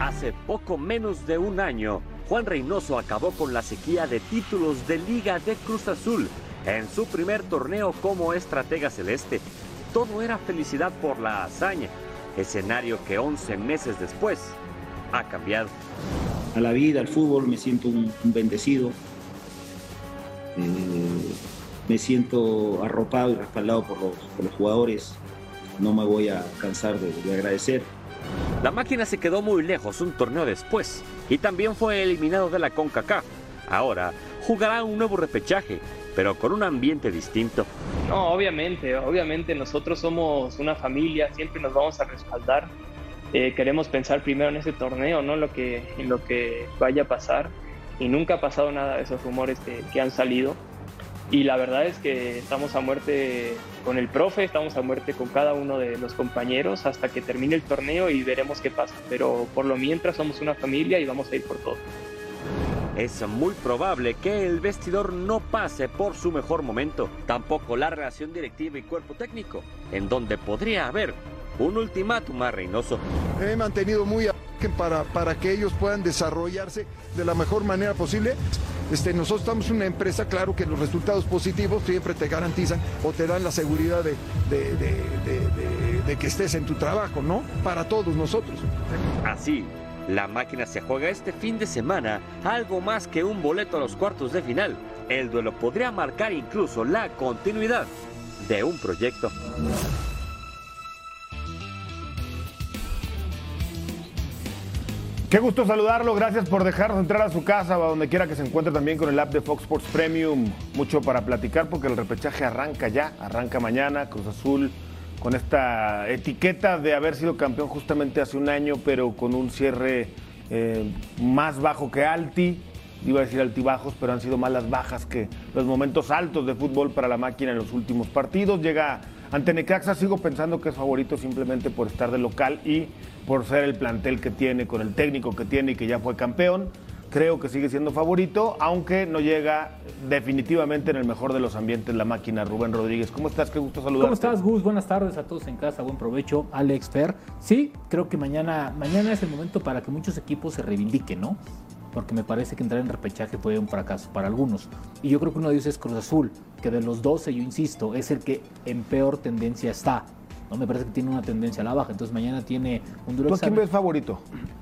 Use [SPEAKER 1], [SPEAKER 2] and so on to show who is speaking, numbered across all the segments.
[SPEAKER 1] Hace poco menos de un año, Juan Reynoso acabó con la sequía de títulos de Liga de Cruz Azul en su primer torneo como estratega celeste. Todo era felicidad por la hazaña, escenario que 11 meses después ha cambiado.
[SPEAKER 2] A la vida, al fútbol, me siento un, un bendecido. Eh, me siento arropado y respaldado por los, por los jugadores. No me voy a cansar de- de agradecer.
[SPEAKER 1] La máquina se quedó muy lejos un torneo después y también fue eliminado de la CONCACAF. Ahora jugará un nuevo repechaje, pero con un ambiente distinto.
[SPEAKER 3] No, obviamente, obviamente nosotros somos una familia, siempre nos vamos a respaldar. Eh, queremos pensar primero en este torneo, ¿no? Lo que, en lo que vaya a pasar. Y nunca ha pasado nada de esos rumores que, que han salido. Y la verdad es que estamos a muerte con el profe, estamos a muerte con cada uno de los compañeros hasta que termine el torneo y veremos qué pasa. Pero por lo mientras somos una familia y vamos a ir por todo.
[SPEAKER 1] Es muy probable que el vestidor no pase por su mejor momento, tampoco la relación directiva y cuerpo técnico, en donde podría haber un ultimátum a Reynoso.
[SPEAKER 4] He mantenido muy a para, para que ellos puedan desarrollarse de la mejor manera posible. Este, nosotros estamos una empresa, claro que los resultados positivos siempre te garantizan o te dan la seguridad de, de- de- de- de- de que estés en tu trabajo, ¿no? Para todos nosotros.
[SPEAKER 1] Así, la máquina se juega este fin de semana algo más que un boleto a los cuartos de final. El duelo podría marcar incluso la continuidad de un proyecto.
[SPEAKER 5] Qué gusto saludarlo, gracias por dejarnos entrar a su casa o a donde quiera que se encuentre también con el app de Fox Sports Premium. Mucho para platicar porque el repechaje arranca ya, arranca mañana, Cruz Azul con esta etiqueta de haber sido campeón justamente hace un año, pero con un cierre eh, más bajo que Alti. Iba a decir altibajos, pero han sido más las bajas que los momentos altos de fútbol para la máquina en los últimos partidos. Llega ante Necaxa sigo pensando que es favorito simplemente por estar de local y por ser el plantel que tiene, con el técnico que tiene y que ya fue campeón. Creo que sigue siendo favorito, aunque no llega definitivamente en el mejor de los ambientes la máquina. Rubén Rodríguez, ¿cómo estás? Qué gusto saludarte.
[SPEAKER 6] ¿Cómo estás, Gus? Buenas tardes a todos en casa, buen provecho, Alex Fer. Sí, creo que mañana, mañana es el momento para que muchos equipos se reivindiquen, ¿no? Porque me parece que entrar en repechaje fue un fracaso para algunos. Y yo creo que uno de ellos es Cruz Azul, que de los 12, yo insisto, es el que en peor tendencia está. No me parece que tiene una tendencia a la baja. Entonces mañana tiene un duro
[SPEAKER 5] ¿Tú a quién
[SPEAKER 6] examen.
[SPEAKER 5] ves favorito?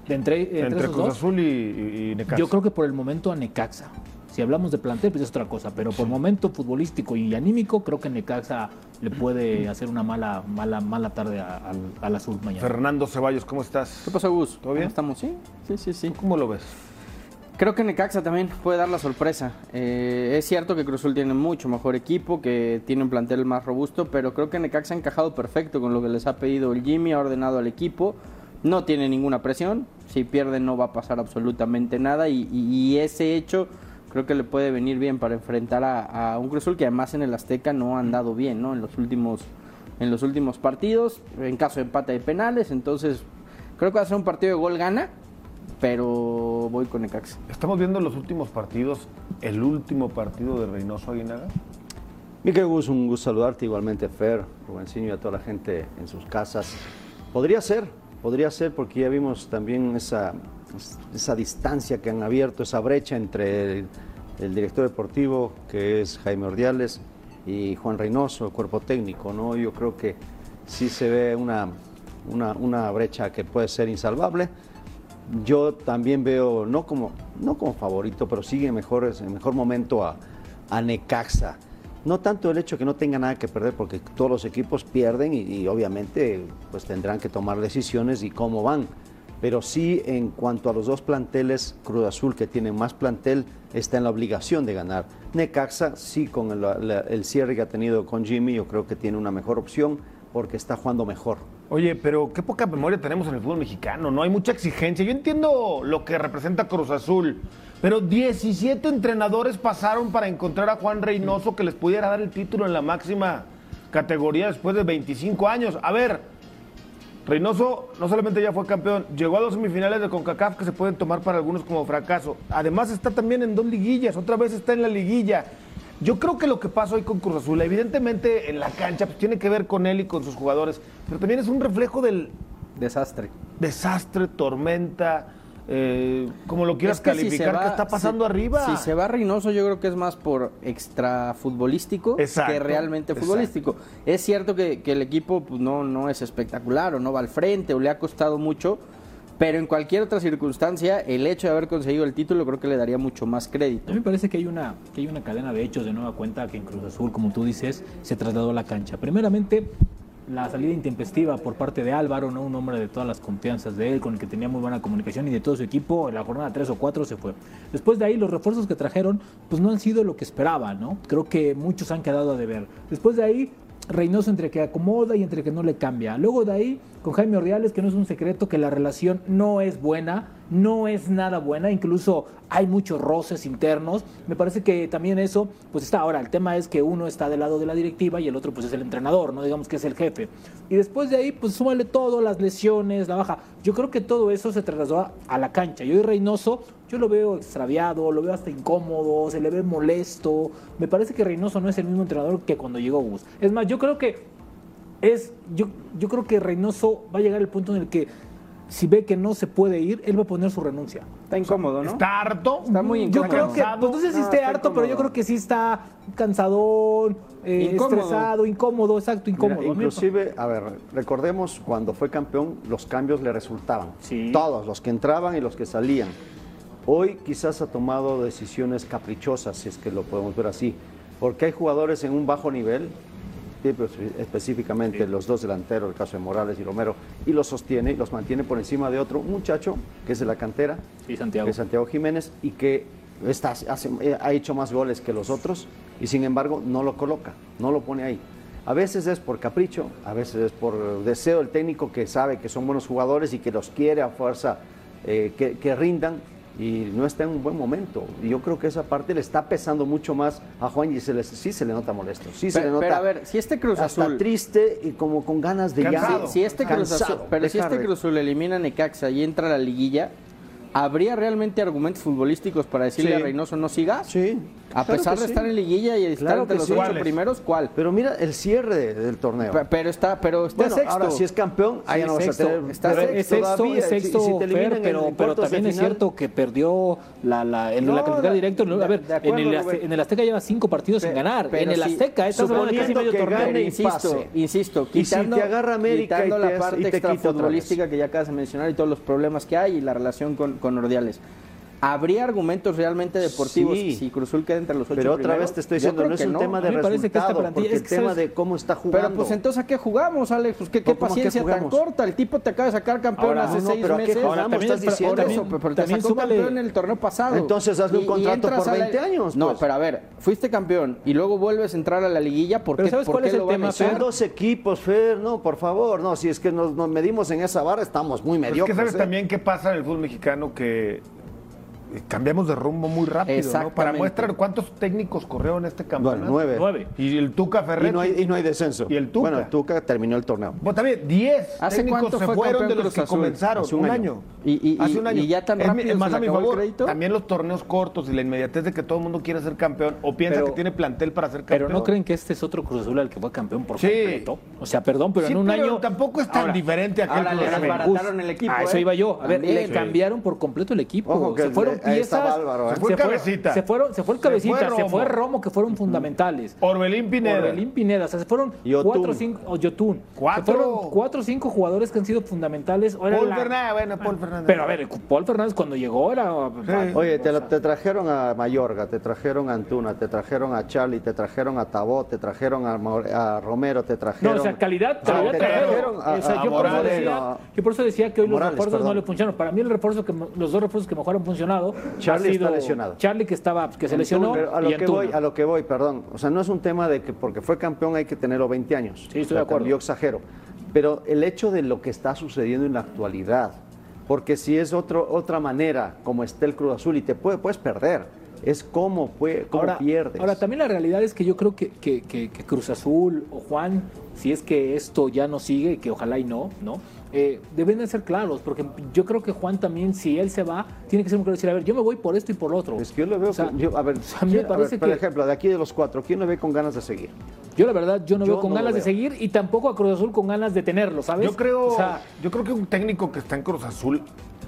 [SPEAKER 6] De entre, entre
[SPEAKER 5] Entre
[SPEAKER 6] esos
[SPEAKER 5] Cruz
[SPEAKER 6] dos,
[SPEAKER 5] Azul y, y- y Necaxa.
[SPEAKER 6] yo creo que por el momento a Necaxa. Si hablamos de plantel, pues es otra cosa, pero por momento futbolístico y anímico, creo que Necaxa le puede hacer una mala, mala, mala tarde a- al, al azul mañana.
[SPEAKER 5] Fernando Ceballos, ¿cómo estás?
[SPEAKER 7] ¿Qué pasó, Gus?
[SPEAKER 5] ¿Todo bien?
[SPEAKER 7] ¿Cómo estamos? Sí, sí, sí, sí.
[SPEAKER 5] ¿Tú ¿Cómo lo ves?
[SPEAKER 7] Creo que Necaxa también puede dar la sorpresa. Eh, es cierto que Cruzul tiene mucho mejor equipo, que tiene un plantel más robusto, pero creo que Necaxa ha encajado perfecto con lo que les ha pedido el Jimmy, ha ordenado al equipo, no tiene ninguna presión, si pierde no va a pasar absolutamente nada y, y- y ese hecho creo que le puede venir bien para enfrentar a, a un Cruzul que además en el Azteca no ha andado bien, ¿no? En los últimos, en los últimos partidos, en caso de empate de penales, entonces creo que va a ser un partido de gol gana, pero voy con Necaxa.
[SPEAKER 5] Estamos viendo los últimos partidos, el último partido de Reynoso Aguinaga.
[SPEAKER 8] Miguel Gus, un gusto saludarte igualmente, Fer, Rubensinho y a toda la gente en sus casas. Podría ser, podría ser, porque ya vimos también esa, esa distancia que han abierto, esa brecha entre el, el director deportivo, que es Jaime Ordiales, y Juan Reynoso, el cuerpo técnico, ¿no? Yo creo que sí se ve una, una, una brecha que puede ser insalvable. Yo también veo, no como, no como favorito, pero sigue mejor, en mejor momento a, a Necaxa. No tanto el hecho que no tenga nada que perder, porque todos los equipos pierden y, y obviamente pues tendrán que tomar decisiones y cómo van.
[SPEAKER 2] Pero sí, en cuanto a los dos planteles, Cruz Azul, que tiene más plantel, está en la obligación de ganar. Necaxa, sí, con el, la- el cierre que ha tenido con Jimmy, yo creo que tiene una mejor opción porque está jugando mejor.
[SPEAKER 5] Oye, pero qué poca memoria tenemos en el fútbol mexicano, ¿no? Hay mucha exigencia. Yo entiendo lo que representa Cruz Azul, pero 17 entrenadores pasaron para encontrar a Juan Reynoso que les pudiera dar el título en la máxima categoría después de 25 años. A ver, Reynoso no solamente ya fue campeón, llegó a dos semifinales de CONCACAF que se pueden tomar para algunos como fracaso. Además está también en dos liguillas, otra vez está en la liguilla. Yo creo que lo que pasa hoy con Cruz Azul, evidentemente en la cancha, pues tiene que ver con él y con sus jugadores, pero también es un reflejo del
[SPEAKER 7] Desastre.
[SPEAKER 5] desastre, tormenta, eh, como lo quieras
[SPEAKER 7] Es que si se
[SPEAKER 5] calificar,
[SPEAKER 7] va-
[SPEAKER 5] que está pasando
[SPEAKER 7] si-
[SPEAKER 5] arriba.
[SPEAKER 7] Si se va Reynoso, yo creo que es más por extra futbolístico
[SPEAKER 5] Exacto,
[SPEAKER 7] que realmente
[SPEAKER 5] exacto.
[SPEAKER 7] futbolístico. Es cierto que, que el equipo pues, no, no es espectacular o no va al frente o le ha costado mucho, pero en cualquier otra circunstancia, el hecho de haber conseguido el título creo que le daría mucho más crédito.
[SPEAKER 6] A mí me parece que hay una que hay una cadena de hechos de nueva cuenta que en Cruz Azul, como tú dices, se trasladó a la cancha. Primeramente, la salida intempestiva por parte de Álvaro, no un hombre de todas las confianzas de él, con el que tenía muy buena comunicación y de todo su equipo, en la jornada 3 o 4 se fue. Después de ahí, los refuerzos que trajeron, pues no han sido lo que esperaba, ¿no? Creo que muchos han quedado a deber. Después de ahí, Reynoso entre que acomoda y entre que no le cambia. Luego de ahí, con Jaime Ordiales, que no es un secreto que la relación no es buena, no es nada buena, incluso hay muchos roces internos. Me parece que también eso, pues está ahora. El tema es que uno está del lado de la directiva y el otro, pues es el entrenador, no digamos que es el jefe. Y después de ahí, pues súmale todo, las lesiones, la baja. Yo creo que todo eso se trasladó a- a la cancha. Yo y Reynoso, yo lo veo extraviado, lo veo hasta incómodo, se le ve molesto. Me parece que Reynoso no es el mismo entrenador que cuando llegó Gus. Es más, yo creo que es. Yo, yo creo que Reynoso va a llegar al punto en el que si ve que no se puede ir, él va a poner su renuncia.
[SPEAKER 7] Está incómodo, ¿no?
[SPEAKER 5] Está harto.
[SPEAKER 7] Está muy
[SPEAKER 5] Yo
[SPEAKER 7] incómodo.
[SPEAKER 5] creo que
[SPEAKER 7] Cansado.
[SPEAKER 5] pues,
[SPEAKER 6] Pues no sé si
[SPEAKER 7] No,
[SPEAKER 6] esté
[SPEAKER 7] está
[SPEAKER 6] harto, pero yo creo
[SPEAKER 7] incómodo.
[SPEAKER 6] que sí está cansadón, eh,
[SPEAKER 7] Incómodo.
[SPEAKER 6] estresado, incómodo, exacto, incómodo.
[SPEAKER 2] Mira,
[SPEAKER 6] A mí me-
[SPEAKER 2] inclusive, a ver, recordemos cuando fue campeón, los cambios le resultaban.
[SPEAKER 6] Sí.
[SPEAKER 2] Todos, los que entraban y los que salían. Hoy quizás ha tomado decisiones caprichosas, si es que lo podemos ver así, porque hay jugadores en un bajo nivel, sí, pero espe- específicamente los dos delanteros, el caso de Morales y Romero, y los sostiene y los mantiene por encima de otro muchacho que es de la cantera,
[SPEAKER 6] Sí, Santiago.
[SPEAKER 2] que es Santiago Jiménez, y que está- hace- eh, ha hecho más goles que los otros, y sin embargo no lo coloca, no lo pone ahí. A veces es por capricho, a veces es por eh, deseo del técnico que sabe que son buenos jugadores y que los quiere a fuerza eh, que, que rindan y no está en un buen momento. Y yo creo que esa parte le está pesando mucho más a Juan y se le- sí se le nota molesto, sí se le
[SPEAKER 7] Pero-
[SPEAKER 2] nota
[SPEAKER 7] pero a ver, si este Cruz
[SPEAKER 2] hasta
[SPEAKER 7] Azul-
[SPEAKER 2] triste y como con ganas de
[SPEAKER 5] Cansado.
[SPEAKER 2] ya.
[SPEAKER 7] Si este Cruz Azul-
[SPEAKER 2] Cansado,
[SPEAKER 7] pero si
[SPEAKER 2] dejar
[SPEAKER 7] este
[SPEAKER 2] de-
[SPEAKER 7] Cruz Azul elimina a Necaxa y entra a la liguilla, ¿habría realmente argumentos futbolísticos para decirle
[SPEAKER 2] Sí.
[SPEAKER 7] a Reynoso no sigas?
[SPEAKER 2] Sí.
[SPEAKER 7] A
[SPEAKER 2] claro
[SPEAKER 7] pesar
[SPEAKER 2] que
[SPEAKER 7] de
[SPEAKER 2] sí.
[SPEAKER 7] estar en liguilla y de estar
[SPEAKER 2] Claro
[SPEAKER 7] entre
[SPEAKER 2] que
[SPEAKER 7] los
[SPEAKER 2] sí.
[SPEAKER 7] ocho
[SPEAKER 5] ¿Cuáles?
[SPEAKER 7] primeros, ¿cuál?
[SPEAKER 2] Pero mira el cierre de- del torneo.
[SPEAKER 7] Pe- Pero está, pero está
[SPEAKER 2] Bueno,
[SPEAKER 7] sexto.
[SPEAKER 2] ahora si es campeón, ahí ya
[SPEAKER 7] Sí,
[SPEAKER 2] no vas a
[SPEAKER 7] sexto.
[SPEAKER 2] tener-
[SPEAKER 7] Está
[SPEAKER 2] pero este
[SPEAKER 7] sexto.
[SPEAKER 6] es sexto,
[SPEAKER 2] todavía,
[SPEAKER 6] es sexto,
[SPEAKER 2] si- si te
[SPEAKER 6] Fer,
[SPEAKER 2] eliminan en
[SPEAKER 6] pero, pero
[SPEAKER 2] cuartos de
[SPEAKER 6] también es
[SPEAKER 2] final-
[SPEAKER 6] cierto que perdió la, la, el, la
[SPEAKER 2] No,
[SPEAKER 6] calificada
[SPEAKER 2] de-
[SPEAKER 6] directa.
[SPEAKER 2] de-
[SPEAKER 6] A ver,
[SPEAKER 2] de acuerdo,
[SPEAKER 6] en, el, Azte-
[SPEAKER 2] Rubén.
[SPEAKER 6] en el Azteca lleva cinco partidos sin
[SPEAKER 2] Pe-
[SPEAKER 6] ganar.
[SPEAKER 7] pero
[SPEAKER 6] En el
[SPEAKER 7] sí,
[SPEAKER 2] este
[SPEAKER 6] Azteca, estás hablando de casi
[SPEAKER 2] suponiendo
[SPEAKER 6] medio
[SPEAKER 2] que
[SPEAKER 6] torneo.
[SPEAKER 2] gane y
[SPEAKER 7] insisto,
[SPEAKER 2] pase.
[SPEAKER 7] insisto,
[SPEAKER 2] Y si te
[SPEAKER 7] quitando,
[SPEAKER 2] agarra América
[SPEAKER 7] quitando
[SPEAKER 2] y te
[SPEAKER 7] la
[SPEAKER 2] hace-
[SPEAKER 7] parte
[SPEAKER 2] y te quita otra
[SPEAKER 7] extrafutbolística que ya acabas de mencionar y todos los problemas que hay y la relación con, con Ordiales. ¿Habría argumentos realmente deportivos
[SPEAKER 2] Sí.
[SPEAKER 7] si Cruzul queda entre los ocho
[SPEAKER 2] Pero otra
[SPEAKER 7] primeros?
[SPEAKER 2] vez te estoy
[SPEAKER 7] Yo
[SPEAKER 2] diciendo,
[SPEAKER 7] creo
[SPEAKER 2] no es
[SPEAKER 7] que
[SPEAKER 2] un tema
[SPEAKER 6] A
[SPEAKER 2] de
[SPEAKER 6] mí me parece que esta
[SPEAKER 2] resultado,
[SPEAKER 6] plantilla-
[SPEAKER 2] porque el
[SPEAKER 6] es que,
[SPEAKER 2] tema
[SPEAKER 6] ¿sabes?
[SPEAKER 2] de cómo está jugando.
[SPEAKER 7] Pero pues entonces, ¿a qué jugamos, Alex? Pues, ¿qué, qué
[SPEAKER 2] No, ¿cómo a qué
[SPEAKER 7] paciencia tan
[SPEAKER 2] jugamos?
[SPEAKER 7] corta? El tipo te acaba de sacar campeón
[SPEAKER 2] Ahora,
[SPEAKER 7] hace
[SPEAKER 2] no, no,
[SPEAKER 7] seis
[SPEAKER 2] pero ¿a qué
[SPEAKER 7] meses.
[SPEAKER 2] jugamos? Ahora, Estás también- diciendo-
[SPEAKER 7] Por eso,
[SPEAKER 2] también-
[SPEAKER 7] pero te
[SPEAKER 6] también
[SPEAKER 7] sacó
[SPEAKER 6] súmale-
[SPEAKER 7] campeón en el torneo pasado.
[SPEAKER 2] Entonces, hazle un contrato
[SPEAKER 7] entras
[SPEAKER 2] por
[SPEAKER 7] a
[SPEAKER 2] 20 años,
[SPEAKER 7] No,
[SPEAKER 2] pues.
[SPEAKER 7] pero a ver, fuiste campeón y luego vuelves a entrar a la liguilla. ¿Por
[SPEAKER 6] Pero
[SPEAKER 7] qué,
[SPEAKER 6] ¿sabes
[SPEAKER 7] por
[SPEAKER 6] cuál
[SPEAKER 7] qué
[SPEAKER 6] es el
[SPEAKER 7] lo van a
[SPEAKER 6] tema,
[SPEAKER 7] echar?
[SPEAKER 2] Son dos equipos, Fer, no, por favor, no, si es que nos, nos medimos en esa barra, estamos muy
[SPEAKER 5] Es Pues que
[SPEAKER 2] mediocres.
[SPEAKER 5] sabes
[SPEAKER 2] ¿eh?
[SPEAKER 5] también qué pasa en el fútbol mexicano que eh, cambiamos de rumbo muy rápido, ¿no? Para
[SPEAKER 7] Exactamente.
[SPEAKER 5] muestra cuántos técnicos corrieron este
[SPEAKER 2] Bueno,
[SPEAKER 5] campeonato.
[SPEAKER 2] nueve.
[SPEAKER 6] Nueve.
[SPEAKER 5] Y el Tuca Ferretti.
[SPEAKER 2] Y no, hay, y no hay descenso.
[SPEAKER 5] Y el Tuca.
[SPEAKER 2] Bueno, el Tuca terminó el torneo.
[SPEAKER 5] Bueno, también 10
[SPEAKER 7] ¿Hace
[SPEAKER 5] técnicos
[SPEAKER 7] cuánto
[SPEAKER 5] se
[SPEAKER 7] fue
[SPEAKER 5] fueron
[SPEAKER 7] campeón
[SPEAKER 5] de los
[SPEAKER 7] Cruz
[SPEAKER 5] que
[SPEAKER 7] Azul?
[SPEAKER 5] comenzaron.
[SPEAKER 2] Hace
[SPEAKER 5] un,
[SPEAKER 2] un
[SPEAKER 5] año.
[SPEAKER 2] año.
[SPEAKER 7] Y- y-
[SPEAKER 5] Hace un
[SPEAKER 7] y-
[SPEAKER 5] año.
[SPEAKER 7] y ya tan
[SPEAKER 5] Es mi-
[SPEAKER 7] rápido
[SPEAKER 5] es
[SPEAKER 7] se
[SPEAKER 5] más
[SPEAKER 7] le
[SPEAKER 5] a mi
[SPEAKER 7] acabó el
[SPEAKER 5] favor.
[SPEAKER 7] crédito.
[SPEAKER 5] También los torneos cortos y la inmediatez de que todo el mundo quiere ser campeón o piensa
[SPEAKER 6] Pero-
[SPEAKER 5] que tiene plantel para ser campeón.
[SPEAKER 6] Pero no creen que este es otro Cruz Azul al que fue campeón por
[SPEAKER 5] Sí.
[SPEAKER 6] completo. O sea, perdón, pero
[SPEAKER 5] Sí,
[SPEAKER 6] en un
[SPEAKER 5] pero
[SPEAKER 6] año.
[SPEAKER 5] tampoco es tan diferente a aquel
[SPEAKER 7] ahora le
[SPEAKER 5] Cruz Azul.
[SPEAKER 7] desbarataron el equipo.
[SPEAKER 6] a eso
[SPEAKER 7] ¿eh?
[SPEAKER 6] iba yo. A ver,
[SPEAKER 7] También.
[SPEAKER 6] le cambiaron por completo el equipo.
[SPEAKER 2] Ojo que
[SPEAKER 6] se fueron
[SPEAKER 2] el- Ahí
[SPEAKER 6] piezas.
[SPEAKER 2] estaba Álvaro, ¿eh?
[SPEAKER 5] Se fue el cabecita.
[SPEAKER 6] Se, fueron, se fue el
[SPEAKER 5] Se fue
[SPEAKER 6] cabecita, se fue,
[SPEAKER 5] Romo.
[SPEAKER 6] Romo, que fueron fundamentales.
[SPEAKER 5] Orbelín Pineda.
[SPEAKER 6] Orbelín Pineda, o sea, se fueron
[SPEAKER 2] Yotun.
[SPEAKER 6] cuatro, cinco, o Yotun.
[SPEAKER 5] Cuatro.
[SPEAKER 6] Se fueron cuatro o cinco jugadores que han sido fundamentales. Ahora
[SPEAKER 5] Paul
[SPEAKER 6] la-
[SPEAKER 5] Fernández, Ah, bueno,
[SPEAKER 7] Ah.
[SPEAKER 5] Paul Fernández.
[SPEAKER 6] Pero a ver, Paul Fernández cuando llegó era...
[SPEAKER 2] Oye, te, la- te trajeron a Mayorga, te trajeron a Antuna, te trajeron a Charlie, te trajeron a Tabó, te trajeron a, Mor- a Romero, te
[SPEAKER 6] No,
[SPEAKER 2] trajeron.
[SPEAKER 6] o sea, calidad,
[SPEAKER 2] Ah,
[SPEAKER 6] calidad
[SPEAKER 2] te
[SPEAKER 6] trajeron.
[SPEAKER 2] trajeron a,
[SPEAKER 6] O sea,
[SPEAKER 2] a
[SPEAKER 6] yo, por eso
[SPEAKER 2] Morales,
[SPEAKER 6] decía,
[SPEAKER 2] a-
[SPEAKER 6] yo por eso decía que hoy los
[SPEAKER 2] Morales,
[SPEAKER 6] refuerzos no
[SPEAKER 2] perdón.
[SPEAKER 6] le funcionaron. Para mí el refuerzo que me- los dos refuerzos que mejor han funcionado
[SPEAKER 2] Charlie
[SPEAKER 6] ha
[SPEAKER 2] está
[SPEAKER 6] sido
[SPEAKER 2] lesionado.
[SPEAKER 6] Charlie que estaba que se lesionó
[SPEAKER 2] Pero a lo
[SPEAKER 6] y
[SPEAKER 2] que
[SPEAKER 6] Antuna.
[SPEAKER 2] voy, a lo que voy, perdón. O sea, no es un tema de que porque fue campeón hay que tenerlo 20 años.
[SPEAKER 6] Sí, estoy
[SPEAKER 2] O sea,
[SPEAKER 6] de acuerdo.
[SPEAKER 2] Yo exagero. Pero el hecho de lo que está sucediendo en la actualidad, porque si es otro, otra manera como esté el Cruz Azul y te puede, puedes perder, es cómo, fue, cómo
[SPEAKER 6] ahora,
[SPEAKER 2] pierdes.
[SPEAKER 6] ahora, también la realidad es que yo creo que, que- que- que Cruz Azul o Juan, si es que esto ya no sigue, que ojalá y no, ¿no? Eh, deben de ser claros, porque yo creo que Juan también, si él se va, tiene que ser muy claro y decir, a ver, yo me voy por esto y por lo otro.
[SPEAKER 2] Es que yo lo veo.
[SPEAKER 6] O sea,
[SPEAKER 2] con- yo- a ver,
[SPEAKER 6] a mí me
[SPEAKER 2] ¿quién- a ver,
[SPEAKER 6] parece
[SPEAKER 2] por
[SPEAKER 6] que-
[SPEAKER 2] ejemplo, de aquí de los cuatro, ¿quién lo ve con ganas de seguir?
[SPEAKER 6] Yo la verdad, yo no
[SPEAKER 2] Yo
[SPEAKER 6] veo con
[SPEAKER 2] no lo
[SPEAKER 6] ganas de
[SPEAKER 2] veo.
[SPEAKER 6] seguir y tampoco a Cruz Azul con ganas de tenerlo, ¿sabes?
[SPEAKER 5] Yo creo,
[SPEAKER 6] O sea,
[SPEAKER 5] yo creo que un técnico que está en Cruz Azul,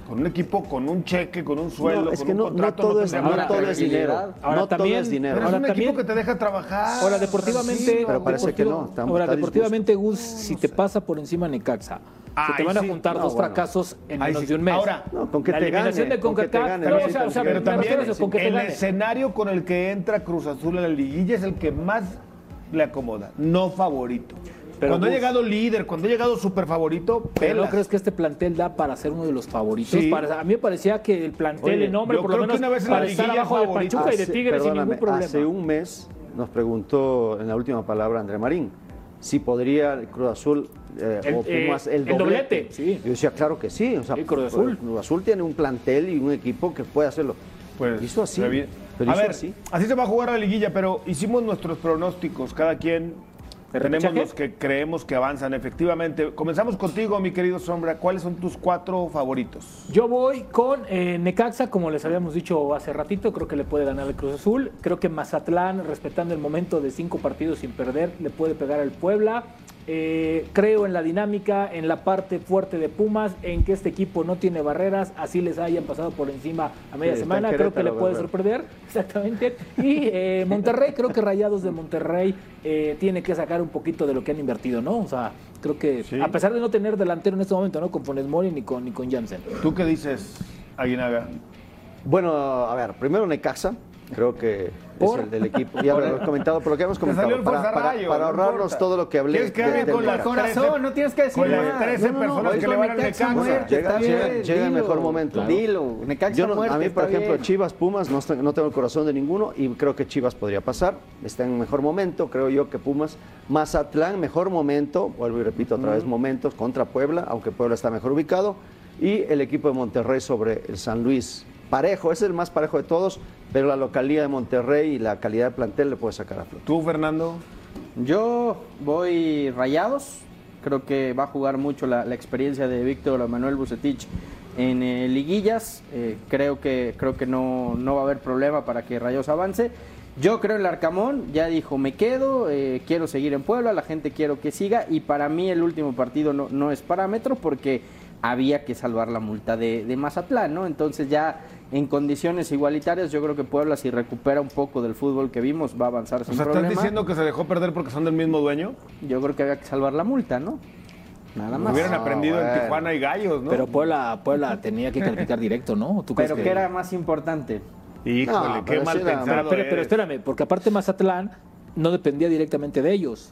[SPEAKER 5] con un equipo, con un cheque, con un sueldo,
[SPEAKER 2] No, es
[SPEAKER 5] con
[SPEAKER 2] que
[SPEAKER 5] un
[SPEAKER 2] no, no
[SPEAKER 5] contrato,
[SPEAKER 2] todo es,
[SPEAKER 5] tendría
[SPEAKER 2] no
[SPEAKER 5] mala
[SPEAKER 2] todo es
[SPEAKER 5] tranquilidad.
[SPEAKER 2] dinero.
[SPEAKER 6] Ahora
[SPEAKER 2] no
[SPEAKER 6] también-
[SPEAKER 2] todo es dinero.
[SPEAKER 5] Pero
[SPEAKER 6] Ahora
[SPEAKER 5] es un
[SPEAKER 6] también-
[SPEAKER 5] equipo que te deja trabajar.
[SPEAKER 6] Ahora, deportivamente.
[SPEAKER 2] Ah,
[SPEAKER 5] tranquilo.
[SPEAKER 2] Pero parece que no, está-
[SPEAKER 6] ahora,
[SPEAKER 2] está
[SPEAKER 6] deportivamente, Gus, si te pasa por encima Necaxa, se te
[SPEAKER 5] Ahí
[SPEAKER 6] van a
[SPEAKER 5] sí.
[SPEAKER 6] juntar
[SPEAKER 2] No,
[SPEAKER 6] dos
[SPEAKER 2] bueno.
[SPEAKER 6] fracasos en
[SPEAKER 5] Ahí
[SPEAKER 6] menos
[SPEAKER 5] sí.
[SPEAKER 6] de un mes.
[SPEAKER 5] Ahora,
[SPEAKER 2] No, con que
[SPEAKER 6] la
[SPEAKER 2] te
[SPEAKER 6] eliminación
[SPEAKER 2] gane,
[SPEAKER 6] de
[SPEAKER 2] con que te
[SPEAKER 6] CONCACAF.
[SPEAKER 2] gane,
[SPEAKER 6] no, o
[SPEAKER 2] también
[SPEAKER 6] sea, o sea,
[SPEAKER 2] te-
[SPEAKER 6] me
[SPEAKER 5] pero también
[SPEAKER 6] refiero a eso, con que te
[SPEAKER 5] el
[SPEAKER 6] gane.
[SPEAKER 5] escenario con el que entra Cruz Azul en la liguilla es el que más le acomoda, no favorito.
[SPEAKER 6] Pero
[SPEAKER 5] cuando ha
[SPEAKER 6] Gus-
[SPEAKER 5] llegado líder, cuando ha llegado super favorito,
[SPEAKER 6] Pero no
[SPEAKER 5] pelas.
[SPEAKER 6] crees que este plantel da para ser uno de los favoritos.
[SPEAKER 5] Sí.
[SPEAKER 6] Para- a mí me parecía que el plantel
[SPEAKER 5] Oye,
[SPEAKER 6] en nombre,
[SPEAKER 5] yo
[SPEAKER 6] por lo
[SPEAKER 5] creo que
[SPEAKER 6] menos,
[SPEAKER 5] una vez en la
[SPEAKER 6] para estar
[SPEAKER 5] liguilla
[SPEAKER 6] abajo de
[SPEAKER 5] favorito.
[SPEAKER 6] Pachuca y de
[SPEAKER 2] Hace-
[SPEAKER 6] Tigres sin
[SPEAKER 2] perdóname,
[SPEAKER 6] ningún problema.
[SPEAKER 2] Hace un mes nos preguntó en la última palabra André Marín si podría el Cruz Azul eh,
[SPEAKER 6] El-
[SPEAKER 2] o Pumas
[SPEAKER 6] eh,
[SPEAKER 2] el
[SPEAKER 6] el
[SPEAKER 2] doblete.
[SPEAKER 6] doblete, sí.
[SPEAKER 2] Yo decía, claro que sí. O sea,
[SPEAKER 6] Sí, Cruz Azul.
[SPEAKER 2] tiene un plantel y un equipo que puede hacerlo.
[SPEAKER 5] Pues,
[SPEAKER 2] hizo así.
[SPEAKER 5] está bien.
[SPEAKER 2] Pero
[SPEAKER 5] a
[SPEAKER 2] hizo
[SPEAKER 5] ver,
[SPEAKER 2] así.
[SPEAKER 5] así. se va a jugar la liguilla, pero hicimos nuestros pronósticos, cada quien.
[SPEAKER 6] ¿De
[SPEAKER 5] Tenemos
[SPEAKER 6] repechaje?
[SPEAKER 5] los que creemos que avanzan, efectivamente. Comenzamos contigo, mi querido Sombra. ¿Cuáles son tus cuatro favoritos?
[SPEAKER 6] Yo voy con eh, Necaxa, como les habíamos dicho hace ratito, creo que le puede ganar el Cruz Azul. Creo que Mazatlán, respetando el momento de cinco partidos sin perder, le puede pegar al Puebla. Eh, creo en la dinámica, en la parte fuerte de Pumas, en que este equipo no tiene barreras, así les hayan pasado por encima a media
[SPEAKER 2] Sí, está en
[SPEAKER 6] semana, creo que le
[SPEAKER 2] Querétaro,
[SPEAKER 6] puede
[SPEAKER 2] Guerrero.
[SPEAKER 6] sorprender, exactamente. Y eh, Monterrey, creo que Rayados de Monterrey eh, tiene que sacar un poquito de lo que han invertido, ¿no? O sea, creo que
[SPEAKER 5] Sí.
[SPEAKER 6] a pesar de no tener delantero en este momento, ¿no? Con Funes Mori ni con, ni con Jansen.
[SPEAKER 5] ¿Tú qué dices, Aguinaga?
[SPEAKER 2] Bueno, a ver, primero Necaxa. Creo que
[SPEAKER 6] ¿Por?
[SPEAKER 2] es el del equipo. Ya lo hemos comentado, por lo que hemos comentado.
[SPEAKER 5] salió el
[SPEAKER 2] para, para-
[SPEAKER 5] Fuenzarayo,
[SPEAKER 2] para
[SPEAKER 5] no
[SPEAKER 2] ahorrarnos
[SPEAKER 5] importa.
[SPEAKER 2] todo lo que hablé.
[SPEAKER 5] ¿Quieres que
[SPEAKER 2] de-
[SPEAKER 5] hable
[SPEAKER 2] del
[SPEAKER 5] con la
[SPEAKER 2] Necaxa.
[SPEAKER 5] Con
[SPEAKER 7] Corazón, no tienes que decir
[SPEAKER 5] con las
[SPEAKER 7] nada.
[SPEAKER 5] 13 personas
[SPEAKER 7] voy
[SPEAKER 5] que
[SPEAKER 7] con
[SPEAKER 5] le van al
[SPEAKER 7] Necaxa
[SPEAKER 5] Necaxa.
[SPEAKER 7] muerto,
[SPEAKER 2] Llega-
[SPEAKER 7] está
[SPEAKER 2] llega-
[SPEAKER 7] bien,
[SPEAKER 2] llega el
[SPEAKER 7] dilo.
[SPEAKER 2] mejor momento.
[SPEAKER 7] Dilo, Necaxa
[SPEAKER 2] Yo no-
[SPEAKER 7] muerto,
[SPEAKER 2] a mí, por
[SPEAKER 7] está
[SPEAKER 2] ejemplo,
[SPEAKER 7] bien.
[SPEAKER 2] Chivas, Pumas, no, está- no tengo el corazón de ninguno y creo que Chivas podría pasar. Está en mejor momento, creo yo que Pumas. Mazatlán, mejor momento, vuelvo y repito otra vez, momentos contra Puebla, aunque Puebla está mejor ubicado. Y el equipo de Monterrey sobre el San Luis. Parejo, es el más parejo de todos, pero la localidad de Monterrey y la calidad de plantel le puede sacar a flote.
[SPEAKER 5] ¿Tú, Fernando?
[SPEAKER 7] Yo voy rayados. Creo que va a jugar mucho la, la experiencia de Víctor Manuel Bucetich en eh, liguillas. Eh, creo que, creo que no, no va a haber problema para que Rayos avance. Yo creo en el Arcamón, ya dijo, me quedo, eh, quiero seguir en Puebla, la gente quiero que siga y para mí el último partido no, no es parámetro porque había que salvar la multa de, de Mazatlán, ¿no? Entonces ya en condiciones igualitarias yo creo que Puebla si recupera un poco del fútbol que vimos va a avanzar
[SPEAKER 5] O
[SPEAKER 7] sin
[SPEAKER 5] sea, ¿estás
[SPEAKER 7] problema.
[SPEAKER 5] diciendo que se dejó perder porque son del mismo dueño?
[SPEAKER 7] Yo creo que había que salvar la multa, ¿no? Nada más.
[SPEAKER 5] Hubieran aprendido en
[SPEAKER 2] bueno.
[SPEAKER 5] Tijuana y Gallos, ¿no?
[SPEAKER 6] Pero Puebla, Puebla tenía que calificar directo, ¿no? ¿Tú crees
[SPEAKER 5] este
[SPEAKER 7] Pero que era más importante.
[SPEAKER 5] Híjole,
[SPEAKER 2] No,
[SPEAKER 5] qué
[SPEAKER 2] pero
[SPEAKER 5] mal
[SPEAKER 2] sí era-
[SPEAKER 5] pensado
[SPEAKER 6] Pero, pero- pero
[SPEAKER 5] eres.
[SPEAKER 6] espérame, porque aparte Mazatlán no dependía directamente de ellos.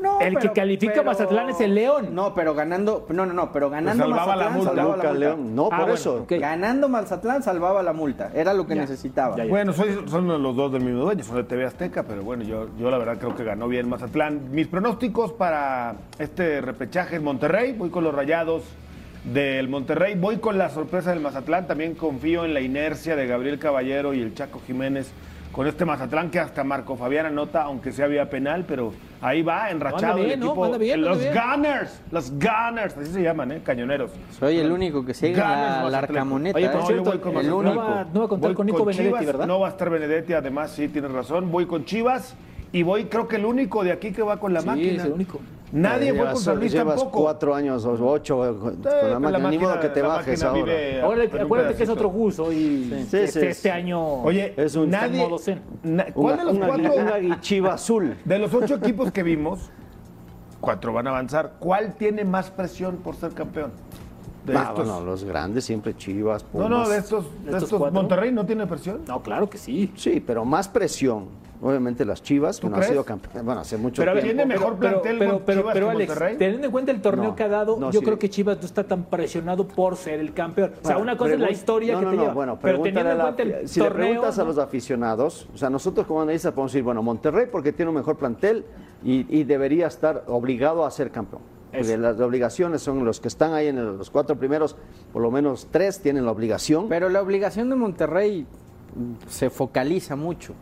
[SPEAKER 7] No,
[SPEAKER 6] El que califica a Mazatlán es el León.
[SPEAKER 7] No, pero ganando, no, no, no, pero
[SPEAKER 6] Pues
[SPEAKER 7] ganando
[SPEAKER 5] Pues salvaba la
[SPEAKER 7] Mazatlán
[SPEAKER 5] multa.
[SPEAKER 7] salvaba la
[SPEAKER 2] Toluca,
[SPEAKER 7] multa.
[SPEAKER 2] León, no,
[SPEAKER 6] Ah,
[SPEAKER 2] por
[SPEAKER 6] bueno,
[SPEAKER 2] eso.
[SPEAKER 6] ok.
[SPEAKER 7] Ganando Mazatlán salvaba la multa, era lo que
[SPEAKER 6] Ya.
[SPEAKER 7] necesitaba.
[SPEAKER 6] Ya, ya.
[SPEAKER 5] Bueno, soy- son los dos del mismo dueño, son de TV Azteca, pero bueno, yo, yo la verdad creo que ganó bien Mazatlán. Mis pronósticos para este repechaje en Monterrey, voy con los rayados del Monterrey, voy con la sorpresa del Mazatlán, también confío en la inercia de Gabriel Caballero y el Chaco Jiménez con este Mazatlán que hasta Marco Fabián anota, aunque sea vía penal, pero ahí va, enrachado
[SPEAKER 6] Anda
[SPEAKER 5] el
[SPEAKER 6] bien, ¿no?
[SPEAKER 5] equipo.
[SPEAKER 6] Anda bien,
[SPEAKER 5] los
[SPEAKER 6] anda bien.
[SPEAKER 5] Gunners, los Gunners, así se llaman, ¿eh? Cañoneros.
[SPEAKER 7] Soy el único que sigue
[SPEAKER 5] Ganas
[SPEAKER 7] la, la
[SPEAKER 5] Mazatlán.
[SPEAKER 7] arcamoneta.
[SPEAKER 6] Oye,
[SPEAKER 7] ¿eh?
[SPEAKER 6] por
[SPEAKER 5] No, yo
[SPEAKER 6] cierto,
[SPEAKER 5] voy con
[SPEAKER 6] el
[SPEAKER 7] el
[SPEAKER 6] único.
[SPEAKER 7] único.
[SPEAKER 6] No va, no va a contar
[SPEAKER 5] Voy
[SPEAKER 6] con Nico Benedetti,
[SPEAKER 5] Chivas,
[SPEAKER 6] ¿verdad?
[SPEAKER 5] No va a estar Benedetti, además, sí, tienes razón. Voy con Chivas y voy, creo que el único de aquí que va con la
[SPEAKER 6] Sí,
[SPEAKER 5] máquina.
[SPEAKER 6] es el único.
[SPEAKER 5] Nadie fue
[SPEAKER 2] Llevas-
[SPEAKER 5] con San Luis
[SPEAKER 2] llevas
[SPEAKER 5] tampoco.
[SPEAKER 2] cuatro años o ocho con, con
[SPEAKER 5] Eh,
[SPEAKER 2] la
[SPEAKER 5] pero
[SPEAKER 2] máquina. Ni modo que te
[SPEAKER 5] la
[SPEAKER 2] bajes
[SPEAKER 5] máquina
[SPEAKER 2] ahora.
[SPEAKER 5] vive a-
[SPEAKER 6] Ahora,
[SPEAKER 5] en un
[SPEAKER 6] acuérdate que es
[SPEAKER 5] pedacito.
[SPEAKER 6] otro gusto y
[SPEAKER 2] Sí, sí,
[SPEAKER 6] este,
[SPEAKER 2] es-
[SPEAKER 6] este año
[SPEAKER 5] Oye,
[SPEAKER 2] Es un-
[SPEAKER 6] está en
[SPEAKER 5] nadie.
[SPEAKER 6] modo zen.
[SPEAKER 5] na-
[SPEAKER 2] Una,
[SPEAKER 5] ¿Cuál de los
[SPEAKER 2] una-
[SPEAKER 5] cuatro?
[SPEAKER 2] una guichiva azul.
[SPEAKER 5] De los ocho equipos que vimos, cuatro van a avanzar. ¿Cuál tiene más presión por ser campeón? De
[SPEAKER 2] Ah,
[SPEAKER 5] estos.
[SPEAKER 2] bueno, los grandes siempre chivas.
[SPEAKER 5] no,
[SPEAKER 2] Pumas.
[SPEAKER 5] no, de estos, de
[SPEAKER 6] estos
[SPEAKER 5] estos
[SPEAKER 6] cuatro?
[SPEAKER 5] Monterrey no tiene presión.
[SPEAKER 6] No, claro que sí.
[SPEAKER 2] Sí, pero más presión. Obviamente las chivas,
[SPEAKER 5] ¿Tú
[SPEAKER 2] que no
[SPEAKER 5] crees?
[SPEAKER 2] han sido campeones. Bueno, hace mucho
[SPEAKER 5] Pero a ver,
[SPEAKER 2] tiempo.
[SPEAKER 5] ¿tiene mejor
[SPEAKER 6] Pero,
[SPEAKER 5] plantel
[SPEAKER 6] pero,
[SPEAKER 5] Mon-
[SPEAKER 6] pero,
[SPEAKER 5] Chivas
[SPEAKER 6] pero,
[SPEAKER 5] que
[SPEAKER 6] Alex,
[SPEAKER 5] Monterrey?
[SPEAKER 6] teniendo en cuenta el torneo
[SPEAKER 2] No,
[SPEAKER 6] que ha dado,
[SPEAKER 2] no,
[SPEAKER 6] yo
[SPEAKER 2] sí.
[SPEAKER 6] creo que Chivas no está tan presionado por ser el campeón. o sea,
[SPEAKER 2] Ahora,
[SPEAKER 6] una cosa es la
[SPEAKER 2] pregun-
[SPEAKER 6] historia
[SPEAKER 2] No,
[SPEAKER 6] que
[SPEAKER 2] no,
[SPEAKER 6] te
[SPEAKER 2] no,
[SPEAKER 6] lleva.
[SPEAKER 2] bueno,
[SPEAKER 6] pero
[SPEAKER 2] pregúntale
[SPEAKER 6] teniendo en
[SPEAKER 2] a la-
[SPEAKER 6] cuenta el
[SPEAKER 2] si
[SPEAKER 6] torneo,
[SPEAKER 2] le preguntas a
[SPEAKER 6] ¿no?
[SPEAKER 2] los aficionados, o sea, nosotros como analistas podemos decir, bueno, Monterrey porque tiene un mejor plantel y, y debería estar obligado a ser campeón. Porque
[SPEAKER 6] Eso.
[SPEAKER 2] las obligaciones son los que están ahí en el- los cuatro primeros, por lo menos tres tienen la obligación.
[SPEAKER 9] Pero la obligación de Monterrey mm, se focaliza mucho.